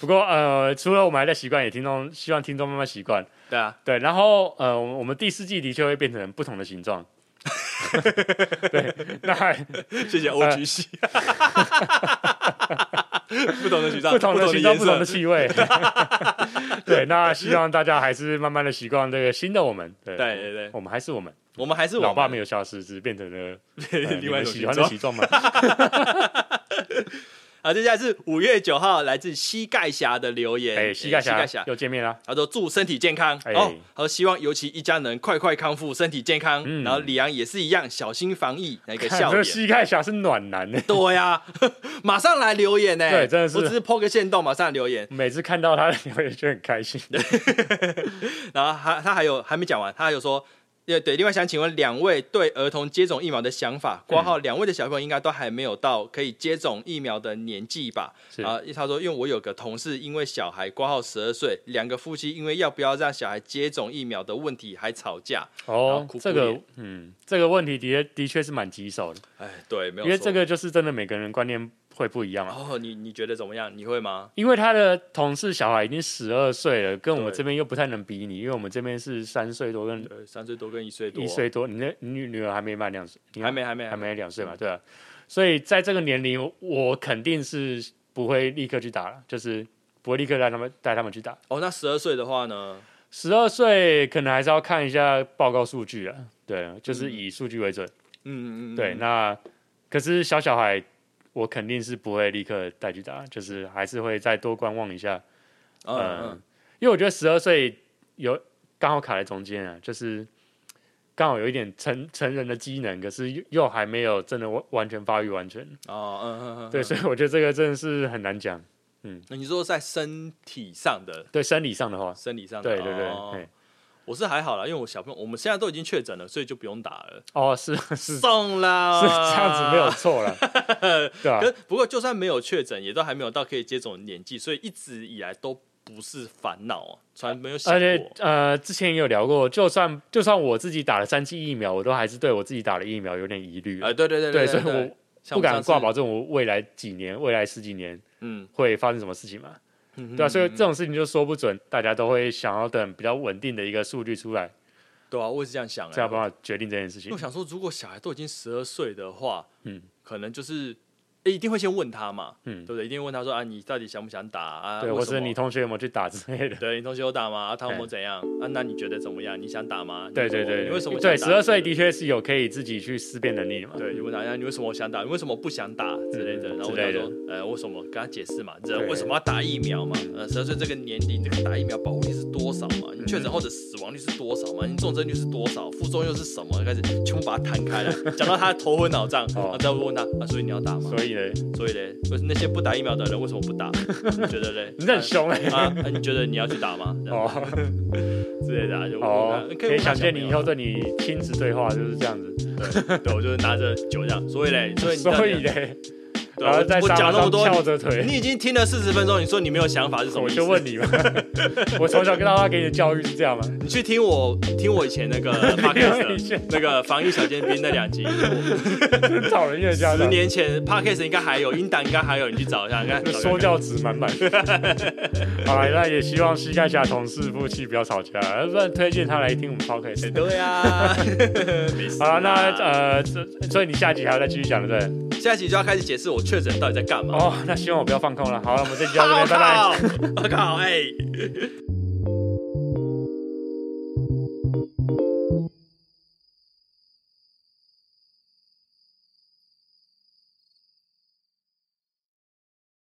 S2: 不过呃，除了我们还在习惯，也听众希望听众慢慢习惯。
S1: 对啊，
S2: 对，然后呃，我我们第四季的确会变成不同的 形状。对，那还
S1: 谢
S2: 哎
S1: 谢 O G C。不同的曲上，
S2: 不同的形状、
S1: 颜
S2: 不同
S1: 色
S2: 的，气味。对，那希望大家还是慢慢的习惯这个新的我们。对，
S1: 对对对
S2: 我们还是我们，
S1: 我们还是我们
S2: 老 爸没有消失，只是变成了呃你
S1: 另外一
S2: 们
S1: 种
S2: 喜
S1: 形
S2: 欢的
S1: 状
S2: 形 状嘛。
S1: 好，接下来是五月九号来自膝盖侠的留言。
S2: 哎，膝盖
S1: 膝
S2: 侠
S1: 盖侠
S2: 又见面啦。
S1: 他说祝身体健康、
S2: 哎
S1: 哦，他说希望尤其一家人快快康复，身体健康。
S2: 嗯
S1: 然后李阳也是一样，小心防疫，那个
S2: 看
S1: 笑
S2: 这个
S1: 脸。
S2: 膝盖侠是暖男呢，
S1: 对呀、 马上来留言呢、
S2: 对真的是
S1: 我只是 PO 个线动，马上留言。
S2: 每次看到他的 留言就很开心。
S1: 然后他他还有还没讲完，他还有说，呃对，另外想请问两位对儿童接种疫苗的想法。挂号两位的小朋友应该都还没有到可以接种疫苗的年纪吧？
S2: 是
S1: 啊，他说，因为我有个同事因为小孩挂号十二岁，两个夫妻因为要不要让小孩接种疫苗的问题还吵架。然后
S2: 哦
S1: 哭，
S2: 这
S1: 哭
S2: 个
S1: 脸
S2: 嗯，这个问题的确的确是蛮棘手的，
S1: 哎，对，没有
S2: 因为
S1: 错
S2: 这个就是真的每个人观念会不一样啊。
S1: 哦，你你觉得怎么样？你会吗？
S2: 因为他的同事小孩已经十二岁了，跟我们
S1: 对
S2: 这边又不太能比拟，因为我们这边是三岁多跟
S1: 呃，三岁多跟一岁多，
S2: 一岁多，你那你女女儿还没满两岁，你
S1: 还没还没
S2: 还没两岁嘛，对吧、所以在这个年龄，我肯定是不会立刻去打了，就是不会立刻让他们带他们去打。
S1: 哦。那十二岁的话呢？
S2: 十二岁可能还是要看一下报告数据啊，对，就是以数据为准。
S1: 嗯嗯嗯，
S2: 对，那可是小小孩，我肯定是不会立刻带去打，就是还是会再多观望一下。
S1: 嗯
S2: 嗯，
S1: 嗯
S2: 因为我觉得十二岁有刚好卡在中间啊，就是刚好有一点成成人的机能，可是又又还没有真的完完全发育完全。
S1: 哦嗯嗯嗯，
S2: 对，
S1: 嗯
S2: 所以我觉得这个真的是很难讲。
S1: 那你说在身体上的
S2: 对生理上的话，
S1: 生理上的，
S2: 对对对，
S1: 哦
S2: 嘿
S1: 我是还好啦，因为我小朋友我们现在都已经确诊了，所以就不用打了，
S2: 哦，是 是是
S1: 送啦，
S2: 这样子没有。错了，对吧、啊
S1: 可不过就算没有确诊，也都还没有到可以接种的年纪，所以一直以来都不是烦恼啊，从来没有想
S2: 而且
S1: 过。
S2: 呃，之前也有聊过，就算就算我自己打了三剂疫苗，我都还是对我自己打的疫苗有点疑虑啊、
S1: 哎，对对对对，
S2: 对所以我
S1: 像
S2: 不
S1: 我们
S2: 敢
S1: 上次
S2: 挂保，证我未来几年、未来十几年
S1: 嗯，
S2: 会发生什么事情嘛？
S1: 嗯
S2: 对啊，所以
S1: 嗯
S2: 这种事情就说不准，大家都会想要等比较稳定的一个数据出来，
S1: 对啊，我也是这样想、欸，
S2: 才有办法决定这件事情
S1: 我。想说，如果小孩都已经十二岁的话，
S2: 嗯
S1: 可能就是、欸一定会先问他嘛，
S2: 嗯
S1: 对不对？一定会问他说啊，你到底想不想打啊？
S2: 对，
S1: 为
S2: 或
S1: 什
S2: 者
S1: 么
S2: 你同学有没有去打之 类的？
S1: 对你同学有打吗？啊、他有没有怎样？啊，那你觉得怎么样？你想打吗？
S2: 哎对
S1: 你
S2: 对对，
S1: 哦你为什么想
S2: 对
S1: 打
S2: 十二岁的确是有可以自己去思辨能力的嘛？
S1: 对，你问他，那你为什么想打？你为什么不想打之类的？
S2: 嗯
S1: 然后
S2: 之
S1: 我想
S2: 类的
S1: 说，呃，为什么？跟他解释嘛，人
S2: 对
S1: 为什么要打疫苗嘛？呃，十二岁这个年龄，这个打疫苗保护力是多少
S2: 嗯
S1: 嘛？你确诊后的死亡率是多少嘛？你重症率是多少？副作用是什么？开始全部把它摊 开来，讲到他头昏脑胀，然后再问他，啊，所以你要打吗？
S2: 哦所以呢，
S1: 所以嘞，不是那些不打疫苗的人为什么不打？你觉得嘞？
S2: 你这很 凶哎、
S1: 啊啊！你觉得你要去打吗？这样
S2: 哦。
S1: 之类的啊，就问问
S2: 哦
S1: 看，
S2: 可
S1: 问
S2: 以
S1: 他
S2: 想
S1: 小
S2: 见
S1: 朋
S2: 你
S1: 友
S2: 以后对你亲子对话就是这样子，
S1: 对， 对我就是拿着酒这样，所以嘞，所以你到底
S2: 所以嘞，
S1: 对
S2: 然
S1: 啊
S2: 后
S1: 我
S2: 在
S1: 我
S2: 沙
S1: 讲
S2: 发
S1: 那么
S2: 上
S1: 多，
S2: 翘着
S1: 你
S2: 腿，
S1: 已经听了四十分钟，你说你没有想法是什么
S2: 我
S1: 意思？
S2: 就问你嘛， 我从小跟到大给你的教育是这样吗？
S1: 你去听我听我以前那个
S2: 以
S1: podcast
S2: 前
S1: 的那个防疫小尖兵那两集，
S2: 真讨人厌的啊家
S1: 十
S2: 长，
S1: 年前 podcast 应该还有，音档应该还有，你去找一下，你 看。找
S2: 说
S1: 看看
S2: 教值满满。 好了，那也希望膝盖侠同事夫妻不要吵架，不然推荐他来听我们 podcast。
S1: 对啊， 没事
S2: 好
S1: 啦
S2: 了，那
S1: 啊
S2: 呃，这所以你下集还要再继续讲，对不对？
S1: 下一集就要开始解释我确诊到底在干嘛。
S2: 哦，那希望我不要放空了。好了，我们这集到这
S1: 我
S2: 边，拜拜。
S1: 靠！我靠！哎。